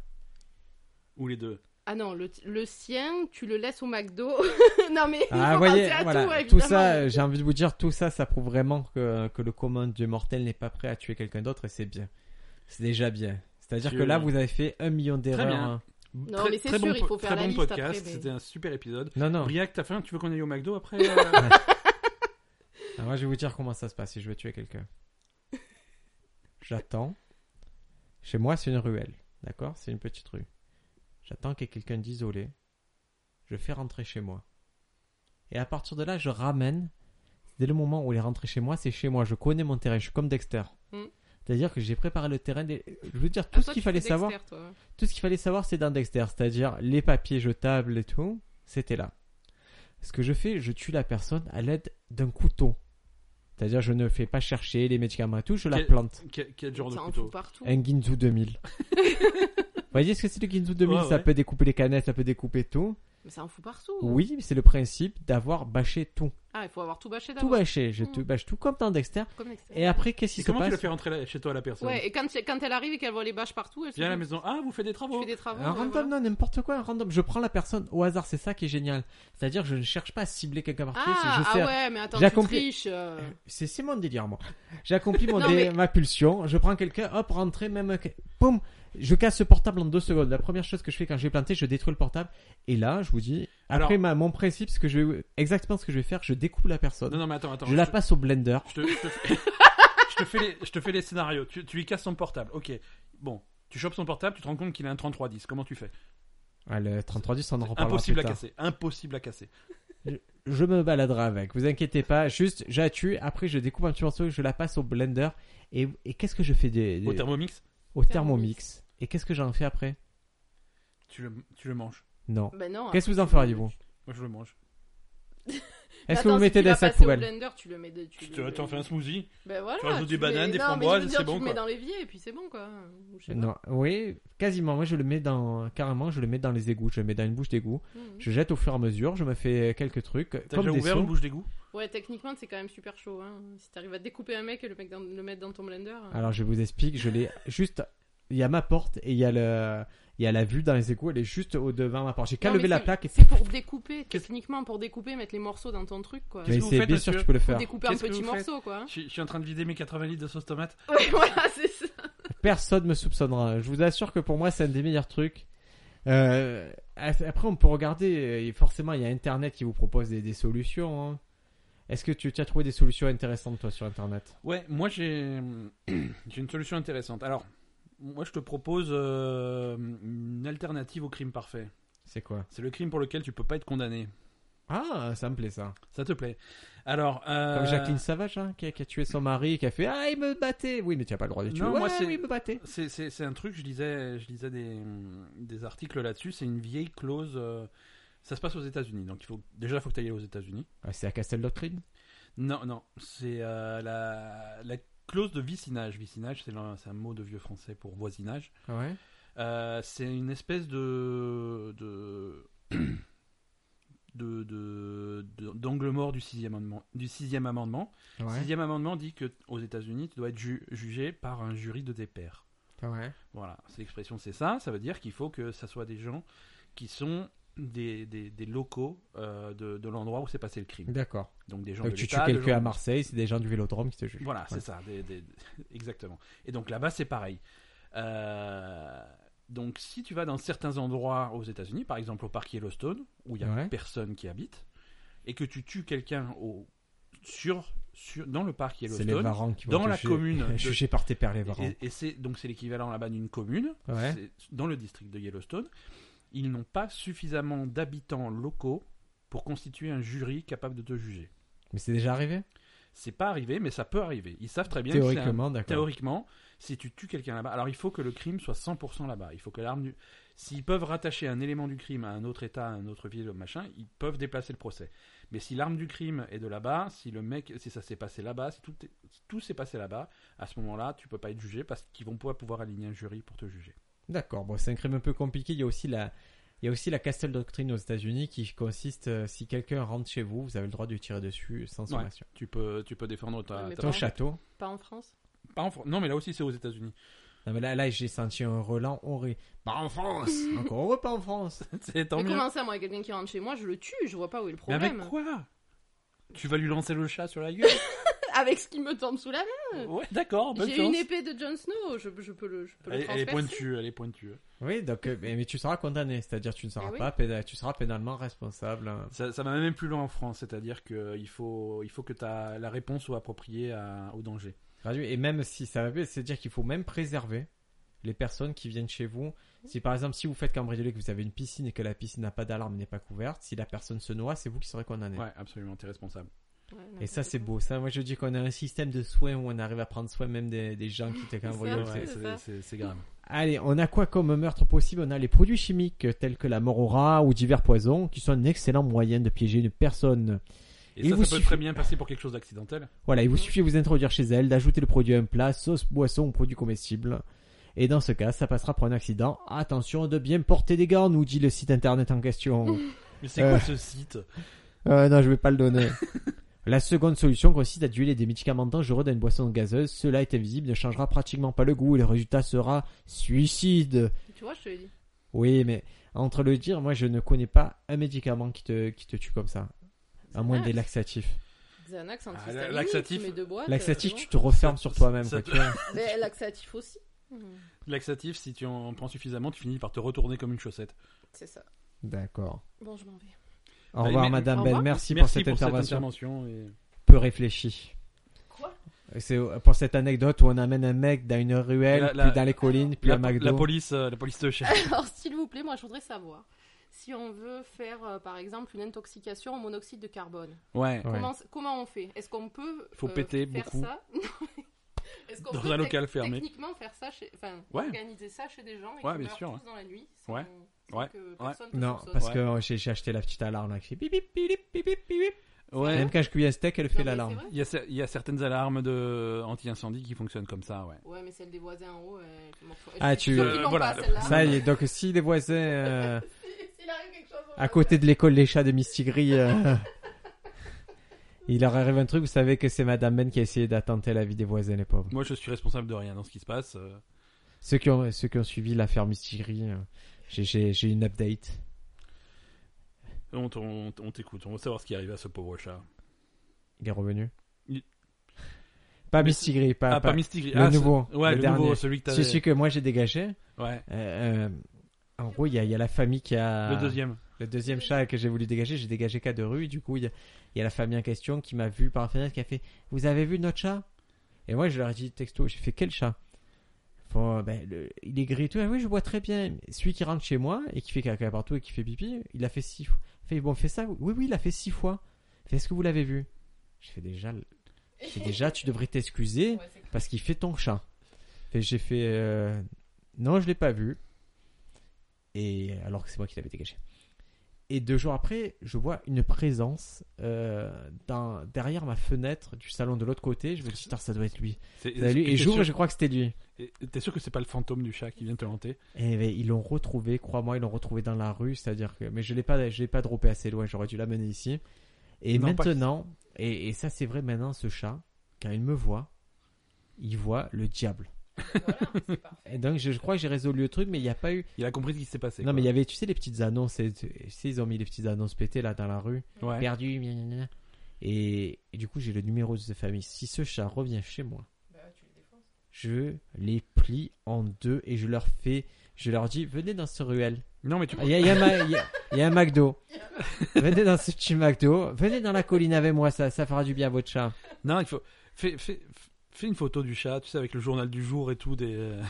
Speaker 1: Ou les deux
Speaker 5: Ah non, le, le sien, tu le laisses au McDo. non, mais. il
Speaker 2: Ah,
Speaker 5: faut
Speaker 2: voyez,
Speaker 5: penser à
Speaker 2: voilà.
Speaker 5: tout,
Speaker 2: tout
Speaker 5: évidemment.
Speaker 2: ça, euh, j'ai envie de vous dire, tout ça, ça prouve vraiment que, que le commun du mortel n'est pas prêt à tuer quelqu'un d'autre et c'est bien. C'est déjà bien. C'est-à-dire
Speaker 1: Tu-
Speaker 2: que là, vous avez fait un million d'erreurs.
Speaker 1: bien.
Speaker 2: hein.
Speaker 5: Non,
Speaker 1: Très-
Speaker 5: mais c'est
Speaker 1: très
Speaker 5: sûr,
Speaker 1: bon
Speaker 5: il
Speaker 1: po-
Speaker 5: faut faire
Speaker 1: Très
Speaker 5: la
Speaker 1: bon
Speaker 5: liste
Speaker 1: podcast,
Speaker 5: après, mais-
Speaker 1: c'était un super épisode.
Speaker 2: Non, non.
Speaker 1: Briac, t'as faim Tu veux qu'on aille au McDo après euh
Speaker 2: Alors Ah, moi, je vais vous dire comment ça se passe si je veux tuer quelqu'un. J'attends. Chez moi, c'est une ruelle. D'accord C'est une petite rue. J'attends qu'il y ait quelqu'un d'isolé. Je fais rentrer chez moi. Et à partir de là, je ramène. Dès le moment où il est rentré chez moi, c'est chez moi. Je connais mon terrain. Je suis comme Dexter.
Speaker 5: Mm.
Speaker 2: C'est-à-dire que j'ai préparé le terrain. des- Je veux dire,
Speaker 5: Ah,
Speaker 2: tout
Speaker 5: toi,
Speaker 2: ce qu'il
Speaker 5: tu
Speaker 2: fallait
Speaker 5: fais
Speaker 2: savoir,
Speaker 5: Dexter, toi.
Speaker 2: tout ce qu'il fallait savoir, c'est dans Dexter, c'est-à-dire les papiers jetables et tout, c'était là. Ce que je fais, je tue la personne à l'aide d'un couteau. C'est-à-dire, je ne fais pas chercher les médicaments et tout, je la
Speaker 1: Quel-
Speaker 2: plante.
Speaker 1: quel, quel genre de
Speaker 5: T'en
Speaker 1: couteau
Speaker 5: fous partout.
Speaker 2: Un Ginzu 2000. Vous voyez ce que c'est le Ginzu 2000
Speaker 1: Ouais,
Speaker 2: Ça
Speaker 1: ouais.
Speaker 2: peut découper les canettes, ça peut découper tout.
Speaker 5: Mais ça en fout partout.
Speaker 2: Oui, mais c'est le principe d'avoir bâché tout.
Speaker 5: Ah, il faut avoir tout bâché
Speaker 2: Tout
Speaker 5: d'abord.
Speaker 2: bâché, je
Speaker 5: Mm.
Speaker 2: te bâche tout comme dans Dexter.
Speaker 5: Comme Dexter.
Speaker 2: Et après, qu'est-ce qui
Speaker 1: Et
Speaker 2: se
Speaker 1: comment tu
Speaker 2: passe
Speaker 1: le fais rentrer là- chez toi la personne
Speaker 5: Ouais, et quand, quand elle arrive et qu'elle voit les bâches partout, elle se
Speaker 1: Viens à la
Speaker 5: dit,
Speaker 1: maison. Ah, vous faites des
Speaker 5: je
Speaker 1: travaux
Speaker 5: fais des travaux.
Speaker 2: Un
Speaker 5: ouais, voilà.
Speaker 2: random, non, n'importe quoi, un random. Je prends la personne au hasard, c'est ça qui est génial. C'est-à-dire, je ne cherche pas à cibler quelqu'un par
Speaker 5: Ah,
Speaker 2: je
Speaker 5: ah
Speaker 2: fais-
Speaker 5: ouais, mais attends,
Speaker 2: J'ai
Speaker 5: tu
Speaker 2: compris.
Speaker 5: triches. euh.
Speaker 2: C'est c'est mon délire, moi. J'ai accompli mon
Speaker 5: Non,
Speaker 2: dé-
Speaker 5: mais-
Speaker 2: ma pulsion. Je prends quelqu'un, hop, rentrer, même. Poum Je casse ce portable en deux secondes. La première chose que je fais quand j'ai planté, je détruis le portable. Et là, je vous dis. Après,
Speaker 1: Alors-
Speaker 2: ma- mon principe, ce que je vais- exactement ce que je vais faire, je découpe la personne.
Speaker 1: Non, non, mais attends, attends.
Speaker 2: je la
Speaker 1: te-
Speaker 2: passe au blender.
Speaker 1: Je te, je te fais- je te fais les, je te fais les scénarios. Tu, tu lui casses son portable. Ok. Bon. Tu chopes son portable, tu te rends compte qu'il a un 3310. Comment tu fais
Speaker 2: Ah, le 3310, on en reparlera
Speaker 1: Impossible
Speaker 2: plus
Speaker 1: à
Speaker 2: tard.
Speaker 1: casser. Impossible à casser.
Speaker 2: Je me baladerai avec. Vous inquiétez pas. Juste, je la tue. Après, je découpe un petit morceau, je la passe au blender. Et, et qu'est-ce que je fais des, des-
Speaker 1: Au Thermomix,
Speaker 2: au Thermomix Et qu'est-ce que j'en fais après
Speaker 1: tu le, tu le manges.
Speaker 2: Non.
Speaker 5: Ben non.
Speaker 2: Qu'est-ce que vous en feriez vous
Speaker 1: Moi, je le mange.
Speaker 2: Est-ce que
Speaker 5: Attends,
Speaker 2: vous
Speaker 5: si
Speaker 2: mettez
Speaker 5: tu
Speaker 2: des
Speaker 5: vas
Speaker 2: sacs
Speaker 5: passer au
Speaker 2: poubelles
Speaker 5: blender, tu le mets de- tu
Speaker 1: Tu
Speaker 5: le-
Speaker 1: te- t'en fais un smoothie
Speaker 5: Ben voilà,
Speaker 1: Tu rajoutes des
Speaker 5: le mets-
Speaker 1: bananes, des
Speaker 5: non, mais je veux
Speaker 1: framboises,
Speaker 5: dire,
Speaker 1: c'est bon,
Speaker 5: Tu le
Speaker 1: quoi.
Speaker 5: mets dans l'évier et puis c'est bon quoi. Ou je sais pas.
Speaker 2: Non, oui, quasiment. Moi, je le mets dans, carrément, je le mets dans les égouts. Je le mets dans une bouche d'égout.
Speaker 5: Mhm.
Speaker 2: Je jette au fur et à mesure. Je me fais quelques trucs.
Speaker 1: T'as
Speaker 2: comme
Speaker 1: déjà
Speaker 2: des
Speaker 1: ouvert
Speaker 2: sauts.
Speaker 1: une bouche d'égout
Speaker 5: Ouais, techniquement, c'est quand même super chaud. Hein. Si t'arrives à découper un mec et le, mec dans- le mettre dans ton blender. hein.
Speaker 2: Alors, je vous explique. Je l'ai juste. Il y a ma porte et il y a le, il y a la vue dans les égouts. Elle est juste au devant ma porte. J'ai qu'à
Speaker 5: Non, mais
Speaker 2: lever la
Speaker 5: c'est-
Speaker 2: plaque. Et...
Speaker 5: C'est pour découper,
Speaker 1: Qu'est-ce-
Speaker 5: techniquement, pour découper, mettre les morceaux dans ton truc quoi.
Speaker 1: Qu'est-ce
Speaker 2: Mais
Speaker 1: que vous
Speaker 2: c'est
Speaker 1: faites,
Speaker 2: bien sûr que
Speaker 1: monsieur
Speaker 2: tu peux le
Speaker 5: Pour
Speaker 2: faire.
Speaker 5: découper un
Speaker 1: Qu'est-ce que
Speaker 5: petit
Speaker 1: vous faites
Speaker 5: morceau quoi.
Speaker 1: je, suis- je suis en train de vider mes 80 litres de sauce tomate.
Speaker 5: Ouais, voilà, c'est ça.
Speaker 2: Personne me soupçonnera. Je vous assure que pour moi, c'est un des meilleurs trucs. Euh, après, on peut regarder. et Forcément, il y a Internet qui vous propose des, des solutions. hein. Est-ce que tu tu as trouvé des solutions intéressantes, toi, sur Internet
Speaker 1: Ouais, moi j'ai j'ai une solution intéressante. Alors, moi je te propose euh, une alternative au crime parfait.
Speaker 2: C'est quoi
Speaker 1: C'est le crime pour lequel tu peux pas être condamné.
Speaker 2: Ah, ça me plaît, ça.
Speaker 1: Ça te plaît Alors, euh,
Speaker 2: Comme Jacqueline Savage, hein, qui, a, qui a tué son mari, qui a fait Ah, il me battait Oui, mais tu n'as pas le droit de tuer.
Speaker 1: Non, moi,
Speaker 2: Ouais,
Speaker 1: c'est-
Speaker 2: oui, il me battait.
Speaker 1: C'est, c'est- c'est un truc, je lisais, je lisais des, des articles là-dessus, c'est une vieille clause. euh, ça se passe aux États-Unis, donc il faut, déjà il faut que tu ailles aux États-Unis.
Speaker 2: Ah, c'est à Castel Doctrine
Speaker 1: Non, non, c'est euh, la, la clause de vicinage. Vicinage, c'est, l'un- c'est un mot de vieux français pour voisinage.
Speaker 2: Ouais.
Speaker 1: Euh, c'est une espèce de. de de- de- de- d'angle mort du sixième amendement. Du sixième amendement.
Speaker 2: Ouais.
Speaker 1: Sixième amendement dit que aux États-Unis, tu dois être ju- jugé par un jury de tes pairs.
Speaker 2: ouais.
Speaker 1: Voilà, c'est l'expression, c'est ça. Ça veut dire qu'il faut que ça soit des gens qui sont des, des, des locaux euh, de, de l'endroit où s'est passé le crime.
Speaker 2: D'accord.
Speaker 1: Donc des gens
Speaker 2: Donc
Speaker 1: de
Speaker 2: Euh, tu tues
Speaker 1: l'État, de
Speaker 2: quelqu'un
Speaker 1: gens-
Speaker 2: à Marseille, c'est des gens du vélodrome qui te jugent.
Speaker 1: Voilà,
Speaker 2: Ouais.
Speaker 1: c'est ça, des- des- exactement. Et donc là-bas, c'est pareil. Euh, donc si tu vas dans certains endroits aux États-Unis, par exemple au parc Yellowstone, où il n'y a
Speaker 2: Ouais.
Speaker 1: personne qui habite, et que tu tues quelqu'un au sur, sur dans le parc
Speaker 2: C'est les
Speaker 1: Yellowstone,
Speaker 2: varans qui vont
Speaker 1: dans
Speaker 2: te
Speaker 1: la
Speaker 2: juger-
Speaker 1: commune de-
Speaker 2: Jugés par tes pères, les varans.
Speaker 1: et, et c'est donc c'est l'équivalent là-bas d'une commune,
Speaker 2: Ouais.
Speaker 1: c'est dans le district de Yellowstone. Ils n'ont pas suffisamment d'habitants locaux pour constituer un jury capable de te juger.
Speaker 2: Mais c'est déjà arrivé
Speaker 1: C'est pas arrivé, mais ça peut arriver. Ils savent très bien. que c'est un-
Speaker 2: Théoriquement, d'accord.
Speaker 1: théoriquement, si tu tues quelqu'un là-bas, alors il faut que le crime soit 100% là-bas. Il faut que l'arme du, s'ils peuvent rattacher un élément du crime à un autre État, à une autre ville, machin, ils peuvent déplacer le procès. Mais si l'arme du crime est de là-bas, si le mec, si ça s'est passé là-bas, si tout, est- si tout s'est passé là-bas, à ce moment-là, tu peux pas être jugé parce qu'ils vont pas pouvoir aligner un jury pour te juger.
Speaker 2: D'accord, bon, c'est un crime un peu compliqué. Il y a aussi la, il y a aussi la Castle Doctrine aux États-Unis qui consiste euh, si quelqu'un rentre chez vous, vous avez le droit de lui tirer dessus sans sommation.
Speaker 1: Tu peux, tu peux défendre ta.
Speaker 5: Ouais, mais
Speaker 1: ta-
Speaker 2: Ton
Speaker 5: Attends.
Speaker 2: château.
Speaker 5: Pas en France.
Speaker 1: Pas en Fran- Non, mais là aussi, c'est aux États-Unis.
Speaker 2: Non, mais là, là j'ai senti un relent. On rit.
Speaker 4: Bah,
Speaker 2: Pas en France Encore heureux, pas en France
Speaker 1: c'est tant
Speaker 5: Mais
Speaker 1: mieux.
Speaker 5: comment ça, moi, quelqu'un qui rentre chez moi, je le tue, je vois pas où est le
Speaker 1: Mais avec
Speaker 5: problème.
Speaker 1: quoi Tu vas lui lancer le chat sur la gueule
Speaker 5: Avec ce qui me tombe sous la
Speaker 1: Ouais, d'accord.
Speaker 5: main.
Speaker 1: bonne
Speaker 5: J'ai une
Speaker 1: chance.
Speaker 5: épée de Jon Snow, je, je peux le, je peux
Speaker 1: Elle,
Speaker 5: le
Speaker 1: elle est
Speaker 5: transpercer.
Speaker 1: pointue, elle est pointue.
Speaker 2: Oui, donc, euh, mais, mais tu seras condamné, c'est-à-dire tu ne seras
Speaker 5: Eh oui.
Speaker 2: pas pénal- tu seras pénalement responsable. hein.
Speaker 1: Ça, ça va même plus loin en France, c'est-à-dire qu'il faut, il faut que ta, la réponse soit appropriée à- au danger.
Speaker 2: Gratuit. Et même si ça va, c'est-à-dire qu'il faut même préserver les personnes qui viennent chez vous. Si par exemple, si vous faites cambrioler, que vous avez une piscine et que la piscine n'a pas d'alarme, n'est pas couverte, si la personne se noie, c'est vous qui serez condamné.
Speaker 1: Ouais, absolument, t'es responsable.
Speaker 5: Ouais,
Speaker 2: Et ça,
Speaker 5: n'importe
Speaker 2: c'est
Speaker 5: quoi.
Speaker 2: beau. Ça, moi, je dis qu'on a un système de soins où on arrive à prendre soin même des, des gens qui te cambriolent.
Speaker 5: Ouais,
Speaker 1: Ouais,
Speaker 5: c'est
Speaker 1: c'est-
Speaker 5: ça.
Speaker 1: c'est c'est grave.
Speaker 2: Allez, on a quoi comme meurtre possible On a les produits chimiques euh, tels que la mort au rat ou divers poisons qui sont un excellent moyen de piéger une personne.
Speaker 1: Et,
Speaker 2: Et
Speaker 1: ça,
Speaker 2: vous
Speaker 1: ça peut
Speaker 2: suffit-
Speaker 1: très bien passer pour quelque chose d'accidentel.
Speaker 2: Voilà, il vous suffit de vous introduire chez elle, d'ajouter le produit à un plat, sauce, boisson ou produit comestible. Et dans ce cas, ça passera pour un accident. Attention de bien porter des gants, nous dit le site internet en question.
Speaker 1: Mais c'est
Speaker 2: Euh.
Speaker 1: quoi ce site
Speaker 2: Euh, non, je vais pas le donner. La seconde solution consiste à diluer des médicaments dangereux dans une boisson gazeuse. Cela est invisible, ne changera pratiquement pas le goût et le résultat sera suicide.
Speaker 5: Tu vois, je te l'ai dit.
Speaker 2: Oui, mais entre le dire, moi je ne connais pas un médicament qui te, qui te tue comme ça. À moins des laxatifs.
Speaker 5: Xanax,
Speaker 1: Ah,
Speaker 5: antihistaminique,
Speaker 1: la- laxatif.
Speaker 5: mais deux boîtes,
Speaker 2: Laxatif,
Speaker 5: euh,
Speaker 2: tu te refermes sur toi-même.
Speaker 1: ça
Speaker 2: quoi,
Speaker 1: te-
Speaker 2: tu vois.
Speaker 5: c'est bon. Mais laxatif aussi. Hmm,
Speaker 1: Laxatif, si tu en prends suffisamment, tu finis par te retourner comme une chaussette.
Speaker 5: C'est ça.
Speaker 2: D'accord.
Speaker 5: Bon, je m'en vais.
Speaker 2: Au
Speaker 1: Allez,
Speaker 2: revoir,
Speaker 1: Bah, mais-
Speaker 2: Madame
Speaker 5: au
Speaker 2: Bell.
Speaker 5: revoir.
Speaker 2: Merci, pour cette intervention.
Speaker 1: intervention et-
Speaker 2: Peu réfléchie.
Speaker 5: Quoi
Speaker 2: C'est pour cette anecdote où on amène un mec dans une ruelle,
Speaker 1: La- la-
Speaker 2: puis dans les collines, puis
Speaker 1: La,
Speaker 2: à McDo.
Speaker 1: la police, euh, la police te cherche.
Speaker 5: Alors, s'il vous plaît, moi, je voudrais savoir si on veut faire, euh, par exemple, une intoxication au monoxyde de carbone.
Speaker 1: Ouais.
Speaker 2: Ouais.
Speaker 5: Comment, comment on fait Est-ce qu'on peut
Speaker 1: Faut
Speaker 5: euh,
Speaker 1: péter
Speaker 5: faire
Speaker 1: beaucoup.
Speaker 5: ça Est-ce qu'on
Speaker 1: Dans
Speaker 5: peut
Speaker 1: un
Speaker 5: tec-
Speaker 1: local fermé.
Speaker 5: Techniquement, faire ça chez, enfin,
Speaker 1: Ouais.
Speaker 5: organiser ça chez des gens et
Speaker 1: Ouais,
Speaker 5: qu'ils
Speaker 1: bien
Speaker 5: meurent
Speaker 1: sûr,
Speaker 5: tous
Speaker 1: ouais.
Speaker 5: dans la nuit, sans,
Speaker 1: Ouais.
Speaker 5: sans
Speaker 1: Ouais.
Speaker 5: que personne ne
Speaker 2: Non,
Speaker 5: soupçonne.
Speaker 2: parce oh,
Speaker 1: Ouais.
Speaker 2: que j'ai j'ai acheté la petite alarme là, qui fait bip bip bip bip bip bip.
Speaker 1: Ouais.
Speaker 2: Même quand je cuis un steak, elle fait
Speaker 5: Non, mais
Speaker 2: l'alarme.
Speaker 5: c'est vrai.
Speaker 1: Il y, a, cer- il y a certaines alarmes de anti-incendie qui fonctionnent comme ça, ouais.
Speaker 5: Ouais, mais celle des voisins en haut, euh, elle fait morceau.
Speaker 2: Ah,
Speaker 5: Je suis
Speaker 2: tu-
Speaker 5: sûre qu'ils l'ont
Speaker 1: voilà.
Speaker 5: pas, celle-là.
Speaker 2: Ça, il est- donc si les voisins euh,
Speaker 5: S'il arrive quelque chose au
Speaker 2: à côté de l'école les chats de Mistigri, euh, il leur arrive un truc, vous savez que c'est Madame Ben qui a essayé d'attenter la vie des voisins, les pauvres.
Speaker 1: Moi, je suis responsable de rien dans ce qui se passe. euh.
Speaker 2: Ceux qui ont, ceux qui ont suivi l'affaire Mistigri, euh, j'ai- j'ai j'ai une update.
Speaker 1: On t- on t- on t'écoute, on veut savoir ce qui arrive à ce pauvre chat.
Speaker 2: Il est revenu.
Speaker 1: Il-
Speaker 2: Pas
Speaker 1: Mais-
Speaker 2: Mistigri, pas,
Speaker 1: ah, pas
Speaker 2: pas-
Speaker 1: Mystigris.
Speaker 2: le
Speaker 1: ah, ce-
Speaker 2: nouveau,
Speaker 1: Ouais,
Speaker 2: le
Speaker 1: le, nouveau,
Speaker 2: dernier.
Speaker 1: celui que t'avais.
Speaker 2: celui que moi j'ai dégagé.
Speaker 1: Ouais,
Speaker 2: Euh, euh, en gros, il y, a- il y a la famille qui a
Speaker 1: le deuxième.
Speaker 2: le deuxième chat que j'ai voulu dégager, j'ai dégagé qu'à deux rues. Et du coup, il y, a- il y a la famille en question qui m'a vu par la fenêtre, qui a fait Vous avez vu notre chat Et moi, je leur ai dit texto J'ai fait Quel chat Ils font, Ben, le- Il est gris et tout. Ah oui, je vois très bien. Mais Celui qui rentre chez moi et qui fait caca partout et qui fait pipi, il a fait six fois. Il fait Bon, fait ça Oui, oui, il a fait six fois. Il fait, Est-ce que vous l'avez vu Je fais déjà, je fais, déjà tu devrais t'excuser
Speaker 5: Ouais, c'est clair.
Speaker 2: parce qu'il fait ton chat. Et j'ai fait euh, non, je l'ai pas vu. Et alors que c'est moi qui l'avais dégagé. Et deux jours après, je vois une présence euh, dans- derrière ma fenêtre du salon de l'autre côté. Je me dis, putain, ça doit être lui.
Speaker 1: C'est-
Speaker 2: Ça doit être lui.
Speaker 1: t'es
Speaker 2: Et j'ouvre,
Speaker 1: sûr-
Speaker 2: je crois que c'était lui.
Speaker 1: et- T'es sûr que c'est pas le fantôme du chat qui vient te hanter
Speaker 2: Et ben, ils l'ont retrouvé, crois-moi, ils l'ont retrouvé dans la rue. C'est-à-dire que, mais je l'ai pas, je l'ai pas droppé assez loin. J'aurais dû l'amener ici. Et
Speaker 1: Non, pas-
Speaker 2: maintenant, et, et ça c'est vrai maintenant, ce chat, quand il me voit, il voit le diable.
Speaker 5: Voilà, c'est parfait.
Speaker 2: Et donc je, je crois que j'ai résolu le truc, mais il n'y a pas eu.
Speaker 1: Il a compris ce qui s'est passé.
Speaker 2: Non,
Speaker 1: quoi.
Speaker 2: mais il y avait, tu sais, les petites annonces. et- Tu sais, ils ont mis les petites annonces pétées là dans la rue.
Speaker 1: Ouais.
Speaker 2: Perdu, gna, gna, gna. Et, et du coup, j'ai le numéro de cette famille. Si ce chat revient chez moi,
Speaker 5: Bah, tu le défonces.
Speaker 2: je les plie en deux et je leur fais. Je leur dis, venez dans ce ruelle. Ah,
Speaker 1: Non, mais tu.
Speaker 2: Il y a, il y a un ma- il y a- il y a un McDo. Venez dans ce petit McDo. Venez dans la colline avec moi, ça, ça fera du bien à votre chat.
Speaker 1: Non, il faut. Fais, fais- fais une photo du chat, tu sais, avec le journal du jour et tout. Des... euh,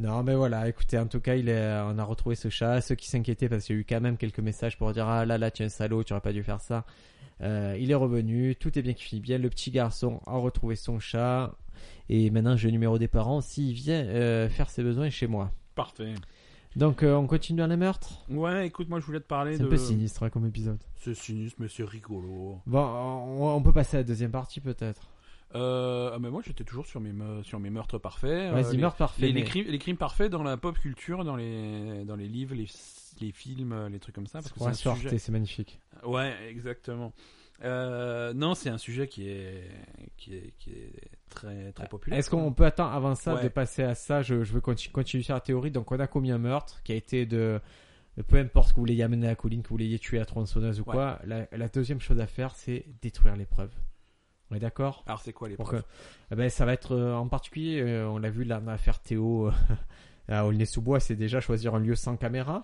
Speaker 2: Non, mais voilà, écoutez, en tout cas, il est- on a retrouvé ce chat. Ceux qui s'inquiétaient, parce qu'il y a eu quand même quelques messages pour dire Ah là là, tu es un salaud, tu aurais pas dû faire ça. Euh, il est revenu, tout est bien qui finit bien. Le petit garçon a retrouvé son chat. Et maintenant, j'ai le numéro des parents s'il vient euh, faire ses besoins chez moi.
Speaker 1: Parfait.
Speaker 2: Donc, euh, on continue dans les meurtres
Speaker 1: Ouais, écoute, moi je voulais te parler
Speaker 2: C'est
Speaker 1: de.
Speaker 2: un peu sinistre hein, comme épisode.
Speaker 1: C'est sinistre, mais c'est rigolo.
Speaker 2: Bon, on, on peut passer à la deuxième partie peut-être.
Speaker 1: Euh, ah, mais moi j'étais toujours sur mes, me- sur mes meurtres parfaits. euh,
Speaker 2: Vas-y,
Speaker 1: les-
Speaker 2: meurtre parfait.
Speaker 1: Les, les
Speaker 2: mais-
Speaker 1: crimes, les crimes parfaits dans la pop culture, dans les, dans les livres, les, les films, les trucs comme ça. Parce que
Speaker 2: Ouais,
Speaker 1: c'est un
Speaker 2: sur
Speaker 1: sujet...
Speaker 2: Arte, c'est magnifique.
Speaker 1: Ouais, exactement. Euh, non, c'est un sujet qui est, qui est, qui est très, très populaire.
Speaker 2: Ah,
Speaker 1: hein.
Speaker 2: Est-ce qu'on peut attendre avant ça
Speaker 1: Ouais.
Speaker 2: de passer à ça Je, je veux continu- continuer sur la théorie. Donc, on a commis un meurtre qui a été de. Peu importe que vous l'ayez amené à la colline, que vous l'ayez tué à la tronçonneuse ou
Speaker 1: Ouais.
Speaker 2: quoi, la, la deuxième chose à faire, c'est détruire les preuves. On est d'accord
Speaker 1: Alors c'est quoi les
Speaker 2: Pour
Speaker 1: preuves
Speaker 2: Eh ben, Ça va être euh, en particulier, euh, on l'a vu là dans l'affaire Théo euh, à Aulnay-sous-Bois, c'est déjà choisir un lieu sans caméra,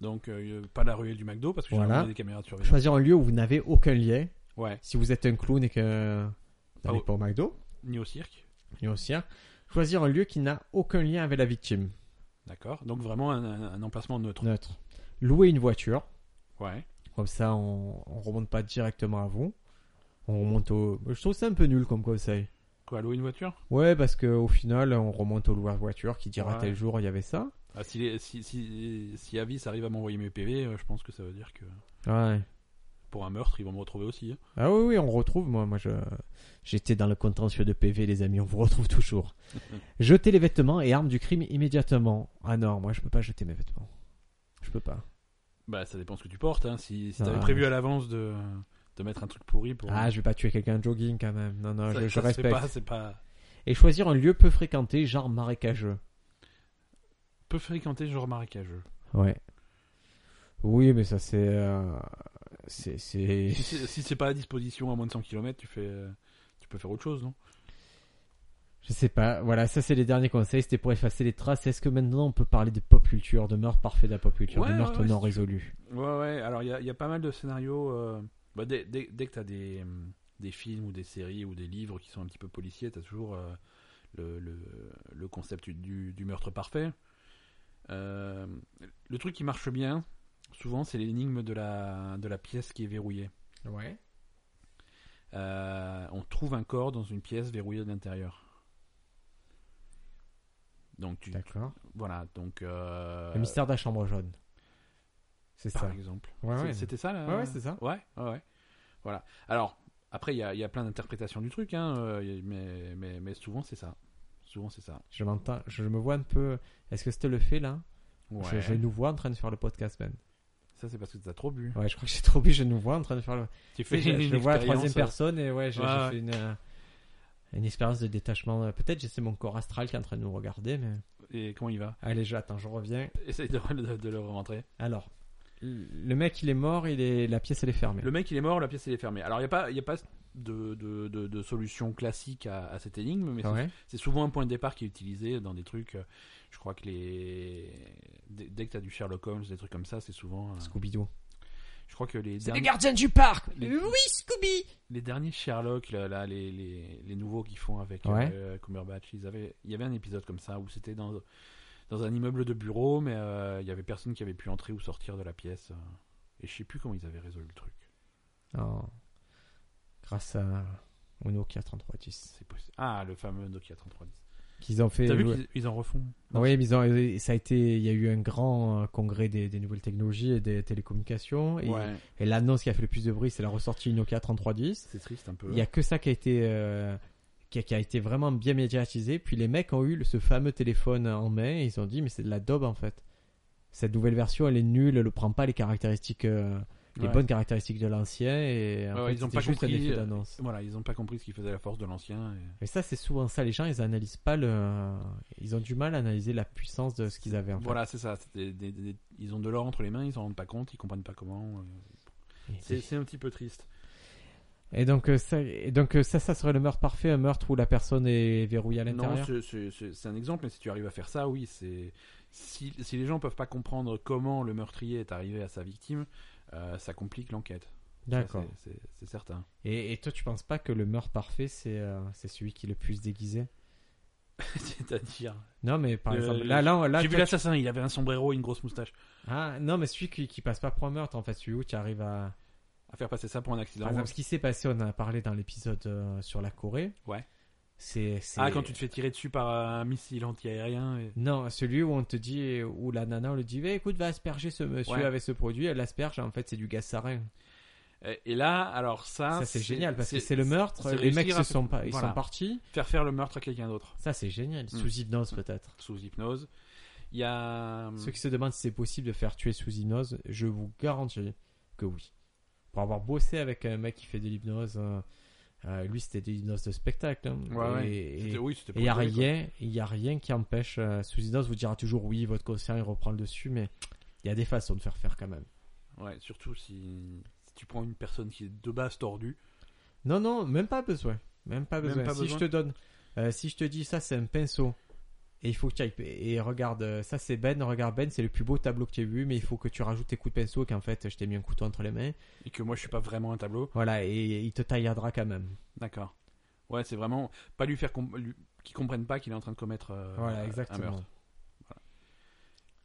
Speaker 1: Donc euh, pas la ruelle du McDo parce que j'ai
Speaker 2: Voilà.
Speaker 1: j'ai des caméras de surveillance.
Speaker 2: choisir un lieu où vous n'avez aucun lien.
Speaker 1: Ouais,
Speaker 2: Si vous êtes un clown et que vous
Speaker 1: Ah
Speaker 2: n'allez
Speaker 1: ouais.
Speaker 2: pas au McDo,
Speaker 1: ni au cirque.
Speaker 2: ni au cirque, choisir un lieu qui n'a aucun lien avec la victime.
Speaker 1: D'accord. Donc vraiment un, un- un emplacement neutre.
Speaker 2: Neutre. Louer une voiture.
Speaker 1: Ouais.
Speaker 2: Comme ça, on, on remonte pas directement à vous. On remonte au. Je trouve ça un peu nul comme conseil.
Speaker 1: Quoi, louer une voiture
Speaker 2: Ouais, parce que au final, on remonte au loueur de voiture qui dira
Speaker 1: Ouais.
Speaker 2: tel jour il y avait ça.
Speaker 1: ah, si, les- si, si, si Avis arrive à m'envoyer mes PV, euh, je pense que ça veut dire que
Speaker 2: Ouais.
Speaker 1: pour un meurtre, ils vont me retrouver aussi. hein.
Speaker 2: Ah oui, oui, on retrouve. Moi, moi, je j'étais dans le contentieux de PV, les amis. On vous retrouve toujours. Jeter les vêtements et armes du crime immédiatement. Ah non, moi, je peux pas jeter mes vêtements. Je peux pas.
Speaker 1: Bah, ça dépend ce que tu portes. Hein. Si, si t'avais
Speaker 2: Ah.
Speaker 1: prévu à l'avance de, de mettre un truc pourri pour.
Speaker 2: Ah, je vais pas tuer quelqu'un en jogging quand même. Non, non,
Speaker 1: ça,
Speaker 2: je, je
Speaker 1: ça se fait
Speaker 2: respecte.
Speaker 1: pas, c'est pas.
Speaker 2: Et choisir un lieu peu fréquenté, genre marécageux.
Speaker 1: Peu fréquenté, genre marécageux.
Speaker 2: Ouais. Oui, mais ça c'est euh, c'est c'est
Speaker 1: si c'est si c'est pas à disposition à moins de 100 km, tu fais. euh, Tu peux faire autre chose, non
Speaker 2: je sais pas. Voilà, ça c'est les derniers conseils, c'était pour effacer les traces. Est-ce que maintenant on peut parler de pop culture, de meurtre parfait de la pop culture,
Speaker 1: Ouais,
Speaker 2: de
Speaker 1: ouais,
Speaker 2: meurtre
Speaker 1: ouais,
Speaker 2: non
Speaker 1: si tu
Speaker 2: résolu
Speaker 1: Ouais, ouais. Alors, il y a, il y a pas mal de scénarios. euh, bah, dès, dès, dès que t'as des, hum, des films ou des séries ou des livres qui sont un petit peu policiers, t'as toujours euh, le, le, le concept du, du meurtre parfait. Euh, le truc qui marche bien, souvent, c'est l'énigme de la, de la pièce qui est verrouillée.
Speaker 2: Ouais.
Speaker 1: Euh, on trouve un corps dans une pièce verrouillée de l'intérieur. Donc, tu,
Speaker 2: D'accord.
Speaker 1: voilà. Donc, euh,
Speaker 2: Le mystère de la chambre jaune. C'est
Speaker 1: par
Speaker 2: ça.
Speaker 1: exemple.
Speaker 2: Ouais,
Speaker 1: C'est-
Speaker 2: ouais.
Speaker 1: C'était ça, là
Speaker 2: Ouais, ouais, c'est ça.
Speaker 1: Ouais, ouais, ouais. Voilà. Alors, après, il y a, il y a plein d'interprétations du truc, hein, euh, il y a- mais, mais, mais souvent, c'est ça. Souvent, c'est ça.
Speaker 2: Je l'entends, je me vois un peu. Est-ce que c'était le fait là
Speaker 1: Ouais.
Speaker 2: je, je nous vois en train de faire le podcast, Ben.
Speaker 1: Ça, c'est parce que t'as trop bu.
Speaker 2: Ouais, je crois que j'ai trop bu, je nous vois en train de faire le.
Speaker 1: Tu
Speaker 2: Je,
Speaker 1: fais
Speaker 2: je
Speaker 1: une
Speaker 2: le vois à la
Speaker 1: expérience,
Speaker 2: troisième
Speaker 1: euh,
Speaker 2: personne et ouais, j'ai
Speaker 1: Ouais,
Speaker 2: j'ai
Speaker 1: ouais.
Speaker 2: fait une, euh, une expérience de détachement. Peut-être j'ai- c'est mon corps astral qui est en train de nous regarder, mais.
Speaker 1: Et comment il va
Speaker 2: Allez, j'attends, je reviens.
Speaker 1: Essaye de, de- de le rentrer.
Speaker 2: Alors, le mec il est mort, il est... la pièce elle est fermée.
Speaker 1: Hmm. Le mec, il est mort, la pièce, elle est fermée. Alors, il n'y a pas, il y a pas de, de, de- de solution classique à, à cette énigme, mais c'est-
Speaker 2: Ah Ouais.
Speaker 1: c'est souvent un point de départ qui est utilisé dans des trucs. euh, Je crois que les. Dès dès que t'as du Sherlock Holmes, des trucs comme ça, c'est souvent. euh,
Speaker 2: Scooby-Doo.
Speaker 1: Je crois que les.
Speaker 6: C'est les
Speaker 1: derniers-
Speaker 6: gardiens du parc
Speaker 1: Les-
Speaker 6: Oui, Scooby
Speaker 1: les derniers Sherlock, là, là, les, les, les nouveaux qu'ils font avec euh,
Speaker 2: Ouais.
Speaker 1: euh, Cumberbatch, ils avaient, il y avait un épisode comme ça où c'était dans, dans un immeuble de bureau, mais euh, il y avait personne qui avait pu entrer ou sortir de la pièce. euh, et je sais plus comment ils avaient résolu le truc.
Speaker 2: Oh. Grâce à mon Nokia 3310.
Speaker 1: C'est possible. Ah, le fameux Nokia 3310.
Speaker 2: Qu'ils ont fait.
Speaker 1: T'as vu
Speaker 2: ouais.
Speaker 1: qu'ils ils en refont
Speaker 2: Ah Oui, mais ils ont- euh, ça a été, il y a eu un grand euh, congrès des, des nouvelles technologies et des télécommunications. Et,
Speaker 1: Ouais,
Speaker 2: et l'annonce qui a fait le plus de bruit, c'est la ressortie Nokia 3310.
Speaker 1: c'est triste un peu.
Speaker 2: Il y a que ça qui a été, euh, qui, a, qui a été vraiment bien médiatisé. Puis les mecs ont eu le- ce fameux téléphone en main et ils ont dit, mais c'est de la daube en fait. Cette nouvelle version, elle est nulle, elle ne prend pas les caractéristiques, euh, les
Speaker 1: Ouais.
Speaker 2: bonnes caractéristiques de l'ancien. Et en
Speaker 1: Ouais,
Speaker 2: fait,
Speaker 1: ils ont
Speaker 2: c'était
Speaker 1: pas
Speaker 2: juste un
Speaker 1: compris,
Speaker 2: effet
Speaker 1: euh,
Speaker 2: d'annonce.
Speaker 1: Voilà, ils ont pas compris ce qui faisait la force de l'ancien. et-
Speaker 2: Mais ça, c'est souvent ça. Les gens, ils analysent pas le, ils ont du mal à analyser la puissance de ce qu'ils avaient en fait.
Speaker 1: Voilà, c'est ça. c'est des- des- des- ils ont de l'or entre les mains, ils s'en rendent pas compte, ils comprennent pas comment. euh,
Speaker 2: Et-
Speaker 1: C'est c'est un petit peu triste.
Speaker 2: Et donc, euh, ça, et donc euh, ça, ça serait le meurtre parfait, un meurtre où la personne est verrouillée à
Speaker 1: Non,
Speaker 2: l'intérieur.
Speaker 1: c'est- c'est c'est- c'est un exemple, mais si tu arrives à faire ça, oui, c'est si, si les gens peuvent pas comprendre comment le meurtrier est arrivé à sa victime, euh, ça complique l'enquête. Ça,
Speaker 2: D'accord.
Speaker 1: c'est- c'est c'est certain.
Speaker 2: Et, et toi, tu penses pas que le meurtre parfait, c'est euh, c'est celui qui est le plus déguisé
Speaker 1: C'est-à-dire,
Speaker 2: Non, mais par
Speaker 1: Euh,
Speaker 2: exemple, là, là, là,
Speaker 1: j'ai vu
Speaker 2: toi,
Speaker 1: l'assassin, il avait un sombrero, et une grosse moustache.
Speaker 2: tu- ah non, mais celui qui, qui passe pas pour un meurtre, en fait, celui où tu arrives à.
Speaker 1: À faire passer ça pour un accident.
Speaker 2: Par exemple, ce qui s'est passé, on en a parlé dans l'épisode euh, sur la Corée.
Speaker 1: Ouais.
Speaker 2: C'est. c'est-
Speaker 1: ah, quand tu te fais tirer dessus par un missile antiaérien. Et...
Speaker 2: Non, celui où on te dit, où la nana, on lui dit, Eh, écoute, va asperger ce monsieur
Speaker 1: Ouais.
Speaker 2: avec ce produit, elle l'asperge, en fait, c'est du gaz sarin.
Speaker 1: Et- Et là, alors ça,
Speaker 2: ça, c'est génial parce que c'est le meurtre,
Speaker 1: Ah, c'est
Speaker 2: les mecs
Speaker 1: réussir à-
Speaker 2: se sont pas, ils
Speaker 1: voilà. Hmm.
Speaker 2: sont partis.
Speaker 1: faire faire le meurtre à quelqu'un d'autre
Speaker 2: Ça, c'est génial. Sous hypnose, peut-être.
Speaker 1: sous hypnose. Il y a
Speaker 2: Ceux qui se demandent si c'est possible de faire tuer sous hypnose, je vous garantis que oui. Pour avoir bossé avec un mec qui fait de l'hypnose, euh, euh, lui, c'était de l'hypnose de spectacle. hein.
Speaker 1: Ouais, ouais.
Speaker 2: Et- et-
Speaker 1: C'était- oui, c'était
Speaker 2: et
Speaker 1: pour
Speaker 2: il n'y a,
Speaker 1: rigoler, quoi.
Speaker 2: rien- y a rien qui empêche. euh, sous hypnose vous dira toujours oui, votre conscient, il reprend le dessus, mais il y a des façons de faire faire quand même.
Speaker 1: Ouais, surtout si, si tu prends une personne qui est de base tordue.
Speaker 2: Non, non, même pas besoin. Même pas
Speaker 1: Même
Speaker 2: besoin.
Speaker 1: pas
Speaker 2: si
Speaker 1: besoin.
Speaker 2: je te donne, euh, si je te dis ça, c'est un pinceau. Et il faut que tu ailles. Et regarde, euh, ça c'est Ben. Regarde Ben, c'est le plus beau tableau que tu aies vu, mais il faut que tu rajoutes tes coups de pinceau. Qu'en fait, je t'ai mis un couteau entre les mains.
Speaker 1: et que moi je suis pas vraiment un tableau.
Speaker 2: Voilà, et il te taillardera quand même.
Speaker 1: D'accord. Ouais, c'est vraiment pas lui faire com- lui- qu'ils comprennent pas qu'il est en train de commettre euh,
Speaker 2: voilà,
Speaker 1: un
Speaker 2: exactement.
Speaker 1: meurtre.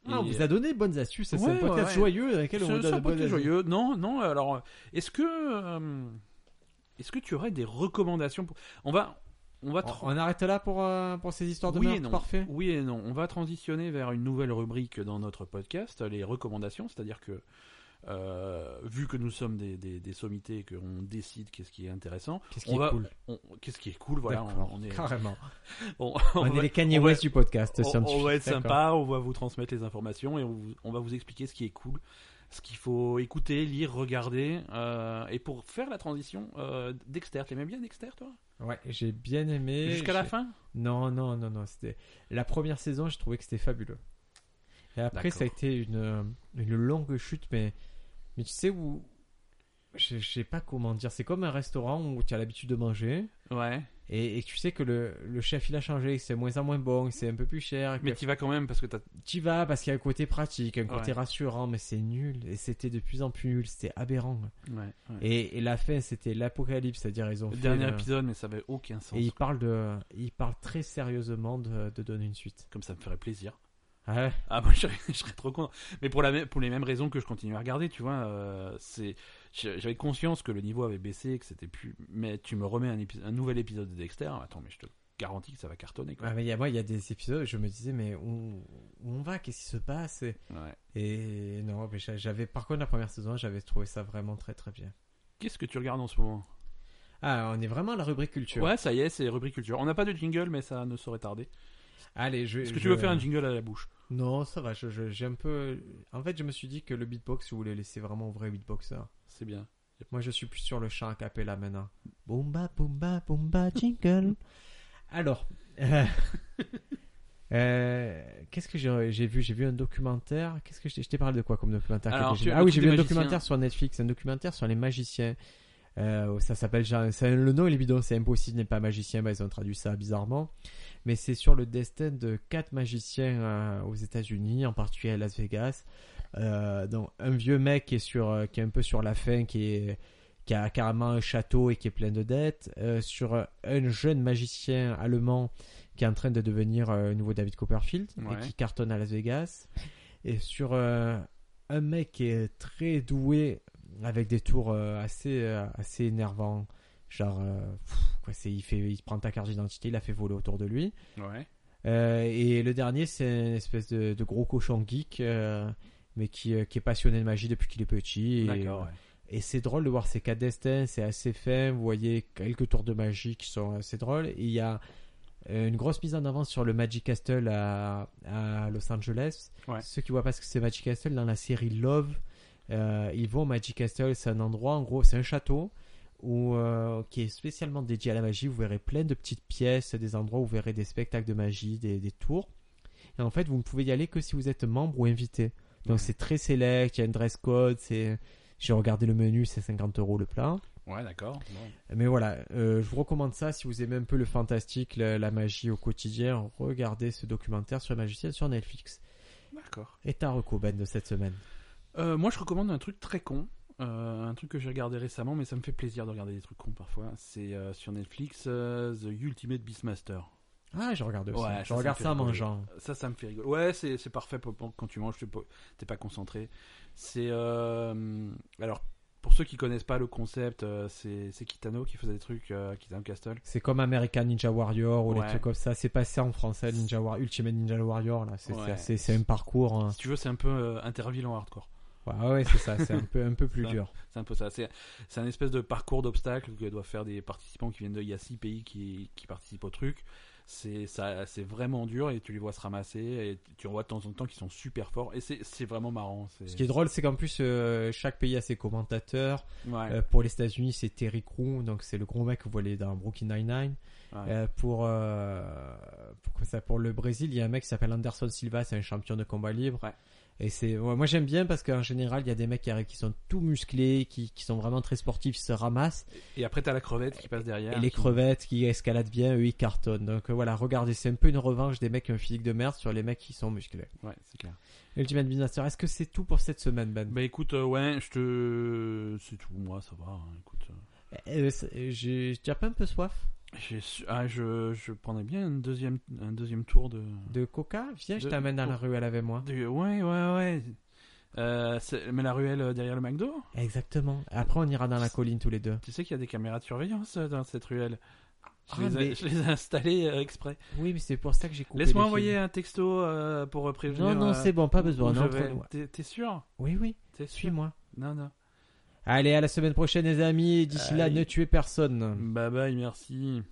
Speaker 2: Ah, on
Speaker 1: Et, euh,
Speaker 2: vous a donné de bonnes astuces. C'est
Speaker 1: Ouais,
Speaker 2: un podcast
Speaker 1: ouais, ouais.
Speaker 2: joyeux dans lequel on vous
Speaker 1: Ce-
Speaker 2: donne
Speaker 1: ce
Speaker 2: de bonnes
Speaker 1: podcast
Speaker 2: astuces.
Speaker 1: joyeux. Non, non. Alors, est-ce que euh, est-ce que tu aurais des recommandations pour... On va on va
Speaker 2: On,
Speaker 1: tra-
Speaker 2: on arrête là pour, euh, pour ces histoires de
Speaker 1: oui et
Speaker 2: meurtre
Speaker 1: non.
Speaker 2: parfait.
Speaker 1: Oui et non. On va transitionner vers une nouvelle rubrique dans notre podcast, les recommandations. C'est-à-dire que, euh, vu que nous sommes des, des, des sommités et qu'on décide qu'est-ce qui est intéressant,
Speaker 2: Qu'est-ce
Speaker 1: On
Speaker 2: qui est
Speaker 1: va-
Speaker 2: cool
Speaker 1: on- qu'est-ce qui est cool, voilà,
Speaker 2: D'accord,
Speaker 1: on, on est,
Speaker 2: carrément.
Speaker 1: on,
Speaker 2: On,
Speaker 1: on
Speaker 2: est
Speaker 1: va-
Speaker 2: les Kanye
Speaker 1: on va-
Speaker 2: West du podcast
Speaker 1: on,
Speaker 2: scientifique.
Speaker 1: on va être
Speaker 2: D'accord.
Speaker 1: sympa, on va vous transmettre les informations et on, vous- on va vous expliquer ce qui est cool, ce qu'il faut écouter, lire, regarder. euh, et pour faire la transition, euh, Dexter, t'aimais bien Dexter, toi
Speaker 2: Ouais, j'ai bien aimé.
Speaker 1: Jusqu'à la
Speaker 2: J'ai-
Speaker 1: fin
Speaker 2: Non, non, non, non. C'était la première saison. J'ai trouvé que c'était fabuleux. Et après, ça a
Speaker 1: D'accord.
Speaker 2: été une, euh, une longue chute, mais mais tu sais où je je sais pas comment dire. C'est comme un restaurant où tu as l'habitude de manger
Speaker 1: Ouais.
Speaker 2: et, et tu sais que le, le chef il a changé, que c'est de moins en moins bon, que c'est un peu plus cher.
Speaker 1: Mais
Speaker 2: Mais
Speaker 1: t'y vas quand même parce que t'as.
Speaker 2: tu vas parce qu'il y a un côté pratique, un
Speaker 1: Ouais.
Speaker 2: côté rassurant, mais c'est nul et c'était de plus en plus nul. C'était aberrant.
Speaker 1: Ouais, ouais.
Speaker 2: Et, et la fin, c'était l'apocalypse, c'est-à-dire ils ont
Speaker 1: Le
Speaker 2: fait
Speaker 1: dernier
Speaker 2: le-
Speaker 1: épisode, mais ça avait aucun sens.
Speaker 2: Et ils parlent de, ils parlent très sérieusement de, de donner une suite.
Speaker 1: Comme ça me ferait plaisir.
Speaker 2: Ouais.
Speaker 1: Ah, moi, je serais, je serais trop content. Mais pour, la même- pour les mêmes raisons que je continue à regarder, tu vois, euh, c'est, je- j'avais conscience que le niveau avait baissé, que c'était plus. Mais tu me remets un, épi- un nouvel épisode de Dexter. Attends, mais je te garantis que ça va cartonner. Quoi.
Speaker 2: Ouais, Ah, mais il y a, moi, il y a des épisodes où je me disais, mais où, où on va Qu'est-ce qui se passe Et-
Speaker 1: Ouais.
Speaker 2: Et non, mais j'a- j'avais, par contre, la première saison, j'avais trouvé ça vraiment très très bien.
Speaker 1: Qu'est-ce que tu regardes en ce moment
Speaker 2: Ah, on est vraiment à la rubrique culture.
Speaker 1: Ouais, ça y est, c'est rubrique culture. On n'a pas de jingle, mais ça ne saurait tarder.
Speaker 2: Allez, je.
Speaker 1: Est-ce que
Speaker 2: je-
Speaker 1: tu veux faire un jingle à la bouche
Speaker 2: Non, ça va. je- je- j'ai un peu. En fait, je me suis dit que le beatbox, je voulais laisser vraiment au vrai beatboxer.
Speaker 1: C'est bien.
Speaker 2: Moi, je suis plus sur le chant a cappella maintenant. Boomba, boomba, boomba, jingle. Alors, euh, euh, qu'est-ce que j'ai j'ai vu J'ai vu un documentaire. Qu'est-ce que je t'ai- je t'ai parlé de quoi comme documentaire
Speaker 1: Alors,
Speaker 2: que
Speaker 1: sur
Speaker 2: j'ai vu
Speaker 1: le
Speaker 2: Ah oui,
Speaker 1: truc
Speaker 2: j'ai
Speaker 1: des
Speaker 2: vu un
Speaker 1: magiciens.
Speaker 2: documentaire sur Netflix, un documentaire sur les magiciens. Euh, ça s'appelle genre- c'est- le nom est bidon, c'est impossible n'est pas magicien, mais ils ont traduit ça bizarrement. Mais c'est sur le destin de quatre magiciens euh, aux États-Unis, en particulier à Las Vegas. Euh, donc un vieux mec qui est sur euh, qui est un peu sur la fin qui est qui a carrément un château et qui est plein de dettes Euh, sur euh, un jeune magicien allemand qui est en train de devenir euh, le nouveau David Copperfield
Speaker 1: Ouais.
Speaker 2: et qui cartonne à Las Vegas et sur euh, un mec qui est très doué avec des tours euh, assez euh, assez énervants genre euh, pff, quoi c'est il fait il prend ta carte d'identité il la fait voler autour de lui
Speaker 1: Ouais.
Speaker 2: euh, et le dernier, c'est une espèce de, de gros cochon geek, euh, mais qui, euh, qui est passionné de magie depuis qu'il est petit. Et,
Speaker 1: D'accord, ouais.
Speaker 2: et c'est drôle de voir ces cas destins, c'est assez fin. Vous voyez quelques tours de magie qui sont assez drôles. Et il y a euh, une grosse mise en avant sur le Magic Castle à, à Los Angeles.
Speaker 1: Ouais.
Speaker 2: Ceux qui voient pas ce que c'est Magic Castle, dans la série Love, euh, ils vont au Magic Castle. C'est un endroit, en gros, c'est un château où, euh, qui est spécialement dédié à la magie. Vous verrez plein de petites pièces, des endroits où vous verrez des spectacles de magie, des, des tours. Et en fait, vous ne pouvez y aller que si vous êtes membre ou invité. Donc c'est très sélect, il y a un dress code, c'est... J'ai regardé le menu, c'est 50 euros le plat.
Speaker 1: Ouais, d'accord. Bon.
Speaker 2: Mais voilà, euh, je vous recommande ça si vous aimez un peu le fantastique, la, la magie au quotidien. Regardez ce documentaire sur la magicienne sur Netflix.
Speaker 1: D'accord.
Speaker 2: Et ta reco, Ben, de cette semaine.
Speaker 1: Euh, moi, je recommande un truc très con. Euh, un truc que j'ai regardé récemment, mais ça me fait plaisir de regarder des trucs cons parfois. C'est euh, sur Netflix, euh, The Ultimate Beastmaster.
Speaker 2: Ah, je regarde aussi.
Speaker 1: Ouais, ça,
Speaker 2: je
Speaker 1: ça
Speaker 2: regarde
Speaker 1: me fait
Speaker 2: ça en
Speaker 1: rigoler.
Speaker 2: mangeant.
Speaker 1: Ça, ça me fait rigoler. Ouais, c'est c'est parfait pour, pour- quand tu manges, tu peux- t'es pas concentré. C'est. euh, alors, pour ceux qui connaissent pas le concept, euh, c'est c'est Kitano qui faisait des trucs, euh, Kitano Castle.
Speaker 2: C'est comme American Ninja Warrior ou
Speaker 1: Ouais.
Speaker 2: les trucs comme ça. C'est passé en français, Ninja War, Ultimate Ninja Warrior. là. C'est
Speaker 1: Ouais.
Speaker 2: c'est assez- c'est un parcours. hein.
Speaker 1: Si tu veux, c'est un peu euh, Interville en hardcore.
Speaker 2: Ouais, ouais, c'est ça. C'est un peu, un peu plus
Speaker 1: Ça.
Speaker 2: dur.
Speaker 1: C'est un peu ça. C'est c'est un espèce de parcours d'obstacles que doivent faire des participants qui viennent de. Il y a six pays qui, qui participent au truc. C'est ça, c'est vraiment dur et tu les vois se ramasser et tu vois de temps en temps qu'ils sont super forts et c'est c'est vraiment marrant. c'est-
Speaker 2: Ce qui est drôle, c'est qu'en plus, euh, chaque pays a ses commentateurs.
Speaker 1: Ouais.
Speaker 2: Euh, pour les États-Unis, c'est Terry Crew, donc c'est le gros mec que vous voyez dans Brooklyn Nine-Nine.
Speaker 1: Ouais.
Speaker 2: Euh, pour, euh, pour, comment ça, pour le Brésil, il y a un mec qui s'appelle Anderson Silva, c'est un champion de combat libre.
Speaker 1: Ouais.
Speaker 2: Et c'est, ouais, moi j'aime bien parce qu'en général, il y a des mecs qui, arrivent, qui sont tout musclés, qui, qui sont vraiment très sportifs, ils se ramassent.
Speaker 1: Et après t'as la crevette qui passe derrière.
Speaker 2: et les
Speaker 1: qui-
Speaker 2: crevettes qui escaladent bien, eux ils cartonnent. Donc euh, voilà, regardez, c'est un peu une revanche des mecs qui ont un physique de merde sur les mecs qui sont musclés.
Speaker 1: Ouais, c'est clair.
Speaker 2: Ultimate Business, est-ce que c'est tout pour cette semaine, Ben
Speaker 1: Bah écoute, euh, ouais, je te, c'est tout. Moi, ça va. hein, écoute, euh,
Speaker 2: Euh, c'est- J'ai j'ai déjà pas un peu soif
Speaker 1: j'ai su- ah, je, je prendrais bien une deuxième, un deuxième tour de.
Speaker 2: De coca Viens, je
Speaker 1: De-
Speaker 2: t'amène dans la rue, elle avait moi.
Speaker 1: de- ouais, ouais, ouais. Euh, c'est- mais la ruelle euh, derrière le McDo.
Speaker 2: Exactement. Après, on ira dans la colline tous les deux.
Speaker 1: Tu sais qu'il y a des caméras de surveillance euh, dans cette ruelle. Je,
Speaker 2: Ah,
Speaker 1: les, ai,
Speaker 2: mais-
Speaker 1: je les ai installées euh, exprès.
Speaker 2: Oui, mais c'est pour ça que j'ai coupé.
Speaker 1: Laisse-moi
Speaker 2: les
Speaker 1: envoyer
Speaker 2: films.
Speaker 1: un texto euh, pour euh, prévenir.
Speaker 2: Non, non,
Speaker 1: euh,
Speaker 2: c'est bon, pas besoin.
Speaker 1: où
Speaker 2: non,
Speaker 1: je
Speaker 2: entre
Speaker 1: vais.
Speaker 2: nous.
Speaker 1: T'es- T'es sûr
Speaker 2: Oui, oui,
Speaker 1: T'es sûr
Speaker 2: suis-moi.
Speaker 1: Non, non.
Speaker 2: Allez, à la semaine prochaine, les amis. D'ici là,
Speaker 1: Allez.
Speaker 2: ne tuez personne.
Speaker 1: Bye bye, merci.